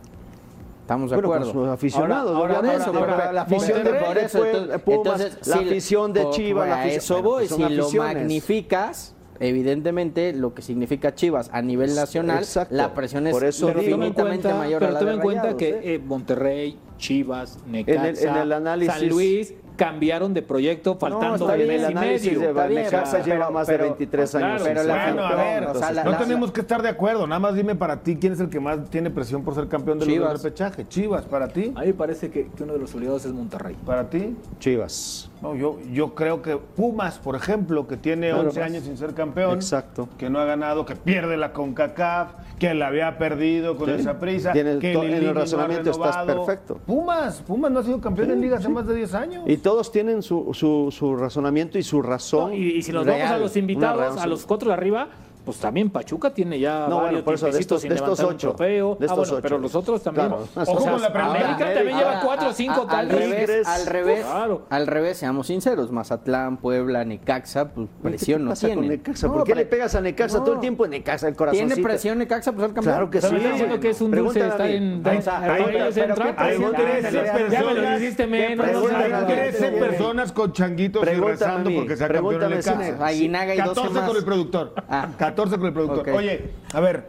[SPEAKER 9] Estamos de
[SPEAKER 2] Bueno,
[SPEAKER 9] acuerdo.
[SPEAKER 2] con sus aficionados,
[SPEAKER 9] Ahora- ahora-
[SPEAKER 2] obviamente,
[SPEAKER 9] ahora-
[SPEAKER 2] pero
[SPEAKER 9] ahora-
[SPEAKER 2] la afición
[SPEAKER 9] Monterrey,
[SPEAKER 2] de-
[SPEAKER 9] por
[SPEAKER 2] de
[SPEAKER 9] eso,
[SPEAKER 2] Puebla,
[SPEAKER 9] entonces-
[SPEAKER 2] Pumas, la
[SPEAKER 9] si-
[SPEAKER 2] afición de
[SPEAKER 9] por-
[SPEAKER 2] Chivas, la
[SPEAKER 9] a
[SPEAKER 2] afición-
[SPEAKER 9] eso
[SPEAKER 2] bueno,
[SPEAKER 9] voy.
[SPEAKER 2] son
[SPEAKER 9] Si lo
[SPEAKER 2] aficiones.
[SPEAKER 9] magnificas, evidentemente lo que significa Chivas a nivel nacional,
[SPEAKER 2] Exacto.
[SPEAKER 9] la presión es
[SPEAKER 2] Por eso
[SPEAKER 9] infinitamente
[SPEAKER 2] digo-
[SPEAKER 6] Toma en cuenta-
[SPEAKER 9] mayor a
[SPEAKER 6] pero
[SPEAKER 9] la
[SPEAKER 6] toma
[SPEAKER 9] de
[SPEAKER 6] en cuenta
[SPEAKER 9] Rayados,
[SPEAKER 6] que
[SPEAKER 2] ¿eh?
[SPEAKER 6] eh, Monterrey, Chivas, Necaxa,
[SPEAKER 2] en el análisis-
[SPEAKER 6] San Luis cambiaron de proyecto faltando
[SPEAKER 2] está
[SPEAKER 6] un
[SPEAKER 2] bien, el
[SPEAKER 6] mes y
[SPEAKER 2] análisis
[SPEAKER 6] medio.
[SPEAKER 2] de
[SPEAKER 9] Está bien,
[SPEAKER 2] Necaxa
[SPEAKER 9] pero-
[SPEAKER 2] lleva más de
[SPEAKER 9] pero-
[SPEAKER 2] 23
[SPEAKER 9] claro,
[SPEAKER 2] años.
[SPEAKER 9] pero
[SPEAKER 2] sin
[SPEAKER 9] la-
[SPEAKER 2] ser
[SPEAKER 5] Bueno, a
[SPEAKER 9] o
[SPEAKER 2] campeón,
[SPEAKER 5] ver,
[SPEAKER 9] sea,
[SPEAKER 2] entonces,
[SPEAKER 9] la-
[SPEAKER 5] no
[SPEAKER 9] la-
[SPEAKER 5] tenemos que estar de acuerdo. Nada más dime para ti quién es el que más tiene presión por ser campeón de
[SPEAKER 9] Chivas.
[SPEAKER 5] los del repechaje. Chivas, para ti.
[SPEAKER 6] A mí me parece que, que uno de los obligados es Monterrey.
[SPEAKER 5] Para ti.
[SPEAKER 2] Chivas.
[SPEAKER 5] No, yo, yo creo que Pumas, por ejemplo, que tiene
[SPEAKER 2] Claro,
[SPEAKER 5] 11
[SPEAKER 2] más.
[SPEAKER 5] años sin ser campeón,
[SPEAKER 2] Exacto.
[SPEAKER 5] que no ha ganado, que pierde la CONCACAF, que la había perdido con
[SPEAKER 2] Sí.
[SPEAKER 5] esa prisa,
[SPEAKER 2] Tienes
[SPEAKER 5] que
[SPEAKER 2] to- en el
[SPEAKER 5] Lilini no ha
[SPEAKER 2] razonamiento estás
[SPEAKER 5] renovado.
[SPEAKER 2] perfecto.
[SPEAKER 5] Pumas, Pumas no ha sido campeón en liga hace más de 10 años.
[SPEAKER 2] Y todos tienen su, su- su razonamiento y su razón.
[SPEAKER 6] No, y, y si nos
[SPEAKER 2] real,
[SPEAKER 6] vamos a los
[SPEAKER 2] una
[SPEAKER 6] invitados,
[SPEAKER 2] razón.
[SPEAKER 6] a los cuatro de arriba, pues también Pachuca tiene ya
[SPEAKER 2] No,
[SPEAKER 6] varios
[SPEAKER 2] bueno, por eso, de
[SPEAKER 6] tiempecitos
[SPEAKER 2] estos-
[SPEAKER 6] sin
[SPEAKER 2] de estos
[SPEAKER 6] levantar un
[SPEAKER 2] ocho,
[SPEAKER 6] trofeo.
[SPEAKER 2] de
[SPEAKER 6] ah,
[SPEAKER 2] estos
[SPEAKER 6] bueno,
[SPEAKER 2] ocho.
[SPEAKER 6] pero los otros también.
[SPEAKER 2] Claro.
[SPEAKER 5] Ojo con la Premier.
[SPEAKER 6] América también
[SPEAKER 2] América.
[SPEAKER 6] lleva cuatro o cinco,
[SPEAKER 9] a- a-
[SPEAKER 6] tal
[SPEAKER 9] Ah, al
[SPEAKER 6] vez.
[SPEAKER 9] revés, al revés,
[SPEAKER 6] Claro.
[SPEAKER 9] al revés, seamos sinceros, Mazatlán, Puebla, Necaxa, pues
[SPEAKER 2] ¿Qué te
[SPEAKER 9] presión no
[SPEAKER 2] pasa con
[SPEAKER 9] tiene.
[SPEAKER 2] Necaxa? ¿Por qué le pegas a Necaxa todo el tiempo? Necaxa, el corazón.
[SPEAKER 9] ¿Tiene presión Necaxa pues, por ser campeón?
[SPEAKER 2] Claro que sí.
[SPEAKER 6] Pero me estás diciendo que es un dulce
[SPEAKER 2] Pregúntale a
[SPEAKER 6] estar
[SPEAKER 2] mí.
[SPEAKER 6] en.
[SPEAKER 2] Ahí
[SPEAKER 5] está,
[SPEAKER 6] Pero
[SPEAKER 5] ahí está,
[SPEAKER 6] ellos
[SPEAKER 5] pero
[SPEAKER 6] entran,
[SPEAKER 5] ¿qué presión?
[SPEAKER 6] ya me lo-
[SPEAKER 5] Ahí
[SPEAKER 6] Ya me lo
[SPEAKER 5] personas-
[SPEAKER 6] hiciste menos. no
[SPEAKER 2] pregúntale
[SPEAKER 6] seas
[SPEAKER 2] a mí.
[SPEAKER 6] nada.
[SPEAKER 5] 13 personas con changuitos y
[SPEAKER 2] Pregúntame
[SPEAKER 5] rezando
[SPEAKER 2] a mí,
[SPEAKER 5] porque sea campeón en
[SPEAKER 2] pregúntame
[SPEAKER 5] el
[SPEAKER 2] si
[SPEAKER 5] caso.
[SPEAKER 2] me-
[SPEAKER 9] Aguinaga y
[SPEAKER 5] 14
[SPEAKER 9] 12 más.
[SPEAKER 5] con el productor.
[SPEAKER 9] Ah.
[SPEAKER 5] 14 con el productor.
[SPEAKER 9] Ok.
[SPEAKER 5] Oye, a ver,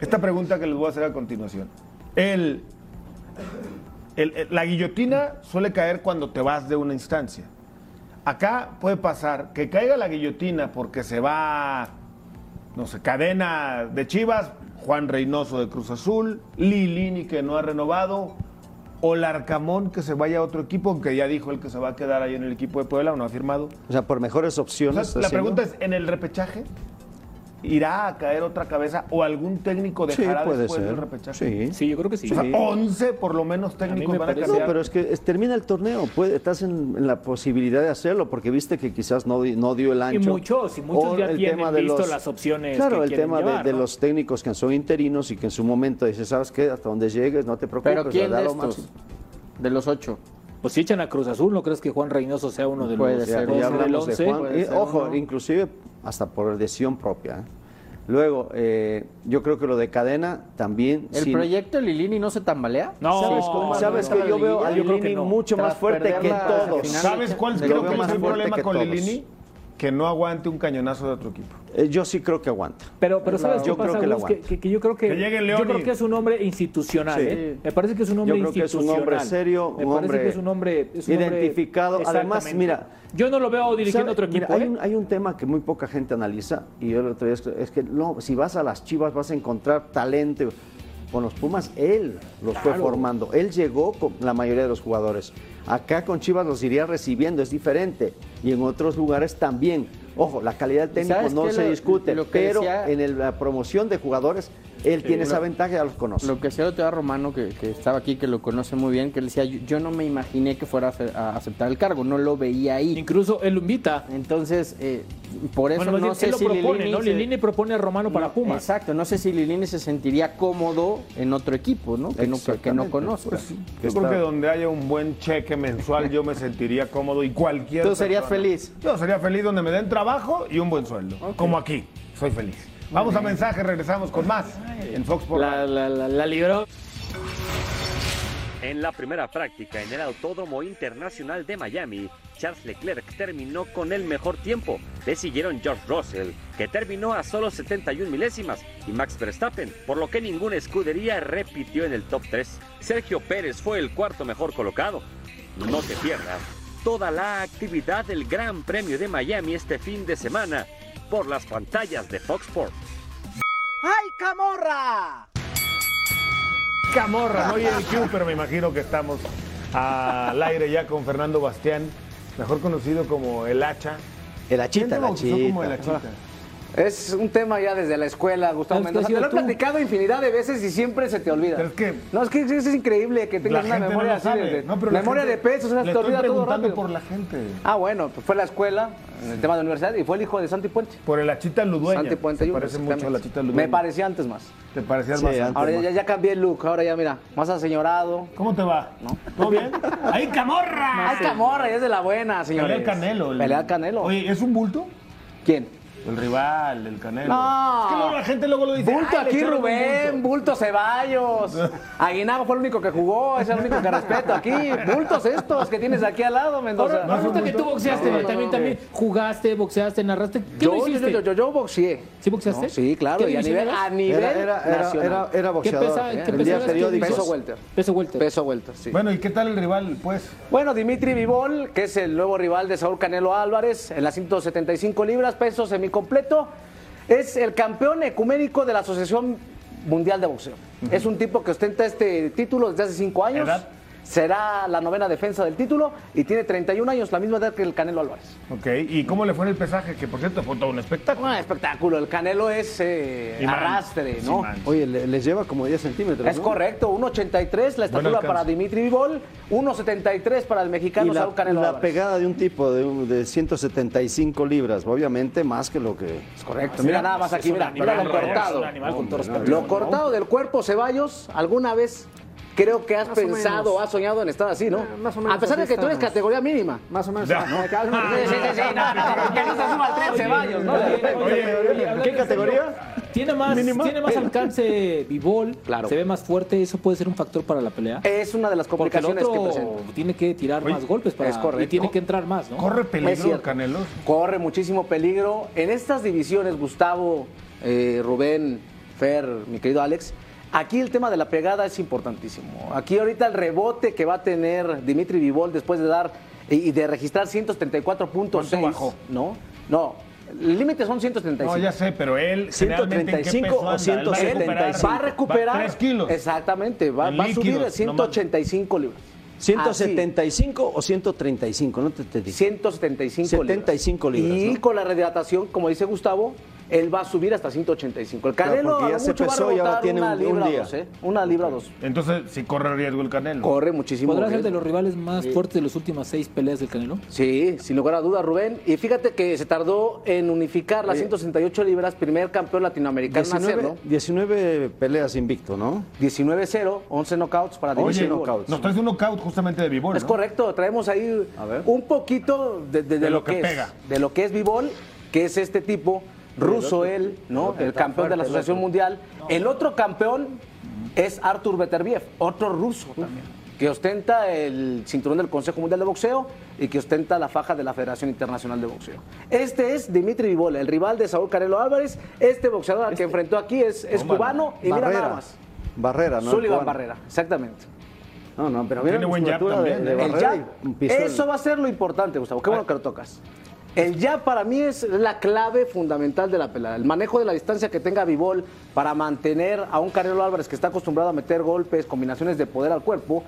[SPEAKER 5] esta pregunta que les voy a hacer a continuación. El, el- el- la guillotina suele caer cuando te vas de una instancia. Acá puede pasar que caiga la guillotina porque se va, no sé, cadena de Chivas, Juan Reynoso de Cruz Azul, Lilini que no ha renovado, o Larcamón que se vaya a otro equipo, aunque ya dijo él que se va a quedar ahí en el equipo de Puebla, o no ha firmado.
[SPEAKER 2] O sea, por mejores
[SPEAKER 5] O sea,
[SPEAKER 2] opciones.
[SPEAKER 5] la pregunta es, ¿en el repechaje irá a caer otra cabeza o algún técnico
[SPEAKER 2] Sí,
[SPEAKER 5] dejará
[SPEAKER 2] puede
[SPEAKER 5] después del
[SPEAKER 2] ser.
[SPEAKER 5] repechaje?
[SPEAKER 2] Sí.
[SPEAKER 6] Sí, yo creo que sí.
[SPEAKER 5] O sea, 11 por lo menos técnicos
[SPEAKER 6] me
[SPEAKER 5] van a
[SPEAKER 6] parece-
[SPEAKER 2] No,
[SPEAKER 5] cambiar.
[SPEAKER 2] pero es que es- termina el torneo. puede- estás en, en la posibilidad de hacerlo porque viste que quizás no, di- no dio el
[SPEAKER 6] Y
[SPEAKER 2] ancho.
[SPEAKER 6] muchos, y muchos
[SPEAKER 2] O
[SPEAKER 6] ya
[SPEAKER 2] el tema
[SPEAKER 6] tienen
[SPEAKER 2] de
[SPEAKER 6] visto
[SPEAKER 2] los-
[SPEAKER 6] las opciones.
[SPEAKER 2] Claro,
[SPEAKER 6] que
[SPEAKER 2] el
[SPEAKER 6] quieren
[SPEAKER 2] tema de-
[SPEAKER 6] llevar,
[SPEAKER 2] de,
[SPEAKER 6] ¿no?
[SPEAKER 2] los técnicos que son interinos y que en su momento dices, ¿sabes qué? Hasta donde llegues, no te preocupes.
[SPEAKER 9] Pero ¿quién
[SPEAKER 2] da
[SPEAKER 9] de
[SPEAKER 2] lo
[SPEAKER 9] estos?
[SPEAKER 2] máximo".
[SPEAKER 9] De los ocho.
[SPEAKER 6] Pues si echan a Cruz Azul, ¿no crees que Juan Reynoso sea uno de los
[SPEAKER 9] Puede
[SPEAKER 2] Ya,
[SPEAKER 9] ser,
[SPEAKER 2] ya
[SPEAKER 6] del Pues,
[SPEAKER 2] hablamos de
[SPEAKER 6] 11?
[SPEAKER 2] Juan.
[SPEAKER 9] puede
[SPEAKER 2] Y,
[SPEAKER 9] ser
[SPEAKER 2] ojo,
[SPEAKER 9] uno.
[SPEAKER 2] inclusive hasta por decisión propia. ¿eh? Luego, eh, yo creo que lo de cadena también.
[SPEAKER 9] ¿El
[SPEAKER 2] sin-
[SPEAKER 9] proyecto Lilini no se tambalea?
[SPEAKER 6] No,
[SPEAKER 2] ¿Sabes, cómo?
[SPEAKER 6] no,
[SPEAKER 2] Oh, ¿Sabes
[SPEAKER 6] no,
[SPEAKER 2] que
[SPEAKER 6] no,
[SPEAKER 2] yo
[SPEAKER 6] no,
[SPEAKER 2] veo a
[SPEAKER 6] yo creo que
[SPEAKER 2] Lilini
[SPEAKER 6] no.
[SPEAKER 2] mucho más
[SPEAKER 9] Tras
[SPEAKER 2] fuerte
[SPEAKER 9] perder
[SPEAKER 2] que
[SPEAKER 9] la
[SPEAKER 2] todos.
[SPEAKER 9] final-
[SPEAKER 5] ¿Sabes cuál
[SPEAKER 9] Lo
[SPEAKER 5] creo
[SPEAKER 9] veo
[SPEAKER 5] que es
[SPEAKER 9] más
[SPEAKER 5] el
[SPEAKER 2] fuerte
[SPEAKER 5] problema
[SPEAKER 2] que
[SPEAKER 5] con
[SPEAKER 2] todos.
[SPEAKER 5] Lilini? Que no aguante un cañonazo de otro equipo.
[SPEAKER 2] Eh, yo sí creo que aguanta.
[SPEAKER 6] Pero, pero ¿sabes
[SPEAKER 2] Yo
[SPEAKER 6] qué
[SPEAKER 2] creo
[SPEAKER 6] pasa,
[SPEAKER 2] que la
[SPEAKER 6] Gus? que,
[SPEAKER 2] aguanta.
[SPEAKER 6] que- que yo creo que,
[SPEAKER 5] Que llegue
[SPEAKER 6] yo
[SPEAKER 5] Leoni.
[SPEAKER 6] creo que es un hombre institucional.
[SPEAKER 2] Sí.
[SPEAKER 6] ¿eh? Me parece que es un hombre
[SPEAKER 2] Yo creo que es un
[SPEAKER 6] institucional.
[SPEAKER 2] hombre serio,
[SPEAKER 6] Me
[SPEAKER 2] un
[SPEAKER 6] parece
[SPEAKER 2] hombre
[SPEAKER 6] que es un hombre es un hombre-
[SPEAKER 2] identificado. Además,
[SPEAKER 6] Exactamente.
[SPEAKER 2] mira,
[SPEAKER 6] yo no lo veo
[SPEAKER 2] ¿Sabe?
[SPEAKER 6] dirigiendo otro equipo.
[SPEAKER 2] Mira, hay,
[SPEAKER 6] ¿eh?
[SPEAKER 2] un, hay un tema que muy poca gente analiza y yo el otro día es, es que no, si vas a las Chivas vas a encontrar talento. Con los Pumas él los fue formando, él llegó con la mayoría de los jugadores. Acá con Chivas los iría recibiendo, es diferente. Y en otros lugares también. Ojo, la calidad del técnico
[SPEAKER 9] ¿Sabes
[SPEAKER 2] no
[SPEAKER 9] qué?
[SPEAKER 2] se
[SPEAKER 9] Lo-
[SPEAKER 2] discute,
[SPEAKER 9] lo que
[SPEAKER 2] pero
[SPEAKER 9] decía-
[SPEAKER 2] en el- la promoción de jugadores él tiene esa ventaja, ya los conoce.
[SPEAKER 9] Lo que decía el otro día Romano, que, que estaba aquí, que lo conoce muy bien, que él decía, yo, yo no me imaginé que fuera a, ace- a aceptar el cargo, no lo veía ahí.
[SPEAKER 6] Incluso él lo invita.
[SPEAKER 9] Entonces, eh, por eso
[SPEAKER 6] Bueno, más
[SPEAKER 9] no
[SPEAKER 6] bien,
[SPEAKER 9] sé
[SPEAKER 6] él lo
[SPEAKER 9] si
[SPEAKER 6] propone,
[SPEAKER 9] Lilini
[SPEAKER 6] ¿no?
[SPEAKER 9] se-
[SPEAKER 6] Lilini propone a Romano para
[SPEAKER 9] no,
[SPEAKER 6] Pumas.
[SPEAKER 9] Exacto, no sé si Lilini se sentiría cómodo en otro equipo, ¿no? Que no, que- que no
[SPEAKER 2] Exactamente.
[SPEAKER 9] conozca.
[SPEAKER 2] Pues sí.
[SPEAKER 5] Yo
[SPEAKER 2] Está-
[SPEAKER 5] creo que donde haya un buen cheque mensual yo me sentiría cómodo y cualquier.
[SPEAKER 9] Tú serías feliz.
[SPEAKER 5] Yo sería feliz donde me den trabajo y un buen sueldo. Como aquí, soy feliz. Vamos a mensaje, regresamos con más en Fox por
[SPEAKER 6] La, la, la, la libró.
[SPEAKER 1] En la primera práctica en el Autódromo Internacional de Miami, Charles Leclerc terminó con el mejor tiempo. Le siguieron George Russell, que terminó a solo 71 milésimas, y Max Verstappen, por lo que ninguna escudería repitió en el top 3. Sergio Pérez fue el cuarto mejor colocado. No te pierdas toda la actividad del Gran Premio de Miami este fin de semana por las pantallas de Fox Sports.
[SPEAKER 7] ¡Ay, camorra!
[SPEAKER 5] Camorra, no y el Q, pero me imagino que estamos al aire ya con Fernando Bastián, mejor conocido como el hacha.
[SPEAKER 2] El hachita,
[SPEAKER 5] ¿Quién
[SPEAKER 2] el
[SPEAKER 5] lo bautizó
[SPEAKER 2] hachita.
[SPEAKER 5] como el hachita?
[SPEAKER 7] Es un tema ya desde la escuela, Gustavo
[SPEAKER 6] Has
[SPEAKER 7] Mendoza. Te
[SPEAKER 6] crecido
[SPEAKER 7] lo he
[SPEAKER 6] tú.
[SPEAKER 7] platicado infinidad de veces y siempre se te olvida.
[SPEAKER 5] Pero es que-
[SPEAKER 7] No, es que es, es increíble que tengas
[SPEAKER 5] La
[SPEAKER 7] una
[SPEAKER 5] gente no
[SPEAKER 7] memoria
[SPEAKER 5] lo
[SPEAKER 7] así.
[SPEAKER 5] sabe.
[SPEAKER 7] de-
[SPEAKER 5] No, pero la
[SPEAKER 7] memoria
[SPEAKER 5] gente-
[SPEAKER 7] de pesos, o
[SPEAKER 5] le
[SPEAKER 7] sea, te
[SPEAKER 5] estoy
[SPEAKER 7] olvida todo
[SPEAKER 5] preguntando
[SPEAKER 7] rápido.
[SPEAKER 5] por la gente.
[SPEAKER 7] Ah, bueno, pues fue la escuela, en el tema de la universidad, y fue el hijo de Santi Puente.
[SPEAKER 5] Por el hachita Ludueña.
[SPEAKER 7] Santi Puente
[SPEAKER 5] Se
[SPEAKER 7] Jr.,
[SPEAKER 5] parece mucho a la
[SPEAKER 7] exactamente.
[SPEAKER 5] hachita Ludueña.
[SPEAKER 7] Me parecía antes más.
[SPEAKER 5] Te parecías
[SPEAKER 2] Sí,
[SPEAKER 5] más
[SPEAKER 2] antes.
[SPEAKER 5] alto,
[SPEAKER 7] Ahora
[SPEAKER 5] más.
[SPEAKER 7] ya, ya cambié el look, ahora ya mira, más aseñorado.
[SPEAKER 5] ¿Cómo te va? ¿Todo bien? ¡Ay, camorra!
[SPEAKER 7] ¡Ay, camorra! Ya es de la buena, señores.
[SPEAKER 5] Pelea el Canelo. el-
[SPEAKER 7] Pelea el Canelo.
[SPEAKER 5] Oye, ¿es un bulto?
[SPEAKER 7] ¿Quién?
[SPEAKER 5] El rival, el Canelo.
[SPEAKER 7] No.
[SPEAKER 5] Es que luego la gente luego lo dice.
[SPEAKER 7] Bulto
[SPEAKER 5] "Ay, le
[SPEAKER 7] aquí,
[SPEAKER 5] echaron un
[SPEAKER 7] Rubén,
[SPEAKER 5] bulto".
[SPEAKER 7] bulto Ceballos. Aguinaga fue el único que jugó, es el único que respeto aquí. Bultos estos que tienes aquí al lado, Mendoza.
[SPEAKER 5] Ahora,
[SPEAKER 6] Resulta que tú boxeaste,
[SPEAKER 7] No, no,
[SPEAKER 6] también,
[SPEAKER 7] no,
[SPEAKER 6] también jugaste, boxeaste, narraste. ¿Qué
[SPEAKER 7] yo,
[SPEAKER 6] no
[SPEAKER 7] yo,
[SPEAKER 6] hiciste?
[SPEAKER 7] yo, yo, yo boxeé.
[SPEAKER 6] ¿Sí boxeaste?
[SPEAKER 7] No, sí,
[SPEAKER 6] ¿Qué
[SPEAKER 7] claro, y a
[SPEAKER 6] división
[SPEAKER 7] nivel,
[SPEAKER 6] eras?
[SPEAKER 7] a nivel
[SPEAKER 2] Era, era, era,
[SPEAKER 7] nacional.
[SPEAKER 2] era, era
[SPEAKER 6] ¿Qué
[SPEAKER 2] boxeador.
[SPEAKER 6] pesa?
[SPEAKER 2] eh,
[SPEAKER 6] ¿Qué
[SPEAKER 2] vendía
[SPEAKER 6] peso eras?
[SPEAKER 2] periódicos.
[SPEAKER 7] Peso welter.
[SPEAKER 6] Peso welter.
[SPEAKER 7] Peso welter, sí.
[SPEAKER 5] Bueno, ¿y qué tal el rival, pues?
[SPEAKER 7] Bueno, Dimitri Vivol, que es el nuevo rival de Saúl Canelo Álvarez en las 175 libras, peso semicompleto, es el campeón ecuménico de la Asociación Mundial de Boxeo. Es un tipo que ostenta este título desde hace cinco años.
[SPEAKER 5] ¿Edad?
[SPEAKER 7] Será la novena defensa del título y tiene 31 años, la misma edad que el Canelo Álvarez.
[SPEAKER 5] Ok, ¿y cómo le fue en el pesaje? Que por cierto fue todo un espectáculo.
[SPEAKER 7] Un espectáculo, el Canelo es eh,
[SPEAKER 5] Imán.
[SPEAKER 7] arrastre, ¿no?
[SPEAKER 5] Imán.
[SPEAKER 2] Oye, le- les lleva como 10 centímetros.
[SPEAKER 7] Es
[SPEAKER 2] ¿no?
[SPEAKER 7] correcto, 1.83 la estatura
[SPEAKER 5] alcance.
[SPEAKER 7] para Dimitri Vivol, 1.73 para el
[SPEAKER 2] Y
[SPEAKER 7] mexicano
[SPEAKER 2] la,
[SPEAKER 7] Saúl Canelo
[SPEAKER 2] la
[SPEAKER 7] Álvarez.
[SPEAKER 2] pegada de un tipo de, un- de 175 libras, obviamente más que lo que.
[SPEAKER 7] Es correcto. Mira nada más aquí, mira, mira lo cortado. Lo cortado del cuerpo, Ceballos, alguna vez creo que has
[SPEAKER 10] Más o
[SPEAKER 7] pensado,
[SPEAKER 10] menos.
[SPEAKER 7] has soñado en estar así, ¿no?
[SPEAKER 10] Eh, más o menos,
[SPEAKER 7] A pesar de
[SPEAKER 10] así
[SPEAKER 7] que tú eres
[SPEAKER 10] estamos.
[SPEAKER 7] categoría mínima.
[SPEAKER 10] Más o menos.
[SPEAKER 5] Ya, ¿no?
[SPEAKER 10] Ah, cada uno-
[SPEAKER 7] Sí, sí, sí, sí, no, no, no, que no se suba al tren Ceballos, ¿no?
[SPEAKER 2] ¿Qué categoría?
[SPEAKER 6] Tiene más, tiene más alcance Bivol,
[SPEAKER 7] Claro.
[SPEAKER 6] se ve más fuerte, eso puede ser un factor para la pelea.
[SPEAKER 7] Es una de las
[SPEAKER 6] Porque el
[SPEAKER 7] complicaciones que
[SPEAKER 6] otro
[SPEAKER 7] presenta.
[SPEAKER 6] tiene que tirar
[SPEAKER 5] Oye,
[SPEAKER 6] más golpes para
[SPEAKER 7] es correcto.
[SPEAKER 6] y tiene que entrar más, ¿no?
[SPEAKER 5] Corre
[SPEAKER 7] Es
[SPEAKER 5] peligro,
[SPEAKER 7] cierto.
[SPEAKER 5] Canelo.
[SPEAKER 7] Corre muchísimo peligro. En estas divisiones, Gustavo, eh, Rubén, Fer, mi querido Alex, aquí el tema de la pegada es importantísimo. Aquí ahorita el rebote que va a tener Dimitri Vivol después de dar y y de registrar 134.6.
[SPEAKER 5] ¿Cuánto bajó?
[SPEAKER 7] No, no. El límite son 135.
[SPEAKER 5] No, ya sé, pero él.
[SPEAKER 2] 135 o 175.
[SPEAKER 7] Va a recuperar.
[SPEAKER 5] 3 kilos.
[SPEAKER 7] Exactamente, va,
[SPEAKER 5] En
[SPEAKER 7] va a subir
[SPEAKER 5] líquidos,
[SPEAKER 7] de 185 libras.
[SPEAKER 2] 175 o 135, no te, te
[SPEAKER 7] Así,
[SPEAKER 2] dije.
[SPEAKER 7] 175
[SPEAKER 2] 75 libras,
[SPEAKER 7] Y
[SPEAKER 2] ¿no?
[SPEAKER 7] con la rehidratación, como dice Gustavo, él va a subir hasta 185. El
[SPEAKER 2] Claro,
[SPEAKER 7] Canelo
[SPEAKER 2] porque ya
[SPEAKER 7] a lo
[SPEAKER 2] se
[SPEAKER 7] mucho va a
[SPEAKER 2] pesó y ahora
[SPEAKER 7] rebotar
[SPEAKER 2] tiene
[SPEAKER 7] una
[SPEAKER 2] un- un
[SPEAKER 7] libra
[SPEAKER 2] día.
[SPEAKER 7] dos, ¿eh? Una libra dos.
[SPEAKER 5] Entonces, sí corre riesgo el Canelo.
[SPEAKER 7] Corre muchísimo.
[SPEAKER 6] ¿Podrá ser
[SPEAKER 7] riesgo.
[SPEAKER 6] de los rivales más fuertes de las últimas seis peleas del Canelo?
[SPEAKER 7] Sí, sin lugar a dudas, Rubén. Y fíjate que se tardó en unificar las 168 libras, primer campeón latinoamericano en
[SPEAKER 2] 19,
[SPEAKER 7] hacerlo.
[SPEAKER 2] 19 peleas invicto, ¿no?
[SPEAKER 7] 19-0, 11 knockouts para
[SPEAKER 2] Oye,
[SPEAKER 7] Dimitri
[SPEAKER 5] Oye,
[SPEAKER 7] Bivol.
[SPEAKER 2] knockouts.
[SPEAKER 5] nos traes un knockout justamente de Bibol.
[SPEAKER 7] Es correcto, traemos ahí
[SPEAKER 2] A ver.
[SPEAKER 7] un poquito de, de- de
[SPEAKER 5] De
[SPEAKER 7] lo,
[SPEAKER 5] lo que
[SPEAKER 7] que,
[SPEAKER 5] pega.
[SPEAKER 7] es, de lo que es Bivol, que es este tipo ruso él, ¿no? El campeón de la Asociación Mundial. El otro campeón es Artur Beterbiev, otro ruso también, que ostenta el cinturón del Consejo Mundial de Boxeo y que ostenta la faja de la Federación Internacional de Boxeo. Este es Dimitri Bivol, el rival de Saúl Canelo Álvarez. Este boxeador al que enfrentó aquí es, es
[SPEAKER 5] Tómala.
[SPEAKER 7] cubano y mira nada más.
[SPEAKER 2] Barrera, ¿no? El
[SPEAKER 7] Sullivan
[SPEAKER 2] cubano.
[SPEAKER 7] Barrera, exactamente.
[SPEAKER 2] No, no, pero mira
[SPEAKER 5] Tiene
[SPEAKER 2] la
[SPEAKER 5] buen jab
[SPEAKER 2] musculatura de,
[SPEAKER 5] también,
[SPEAKER 2] de
[SPEAKER 5] ¿eh?
[SPEAKER 7] El
[SPEAKER 2] Barrera.
[SPEAKER 7] jab,
[SPEAKER 2] y Ah. un piso en-
[SPEAKER 7] eso va a ser lo importante, Gustavo. Qué bueno que lo tocas. El jab para mí es la clave fundamental de la pelea. El manejo de la distancia que tenga Vivol para mantener a un Canelo Álvarez que está acostumbrado a meter golpes, combinaciones de poder al cuerpo,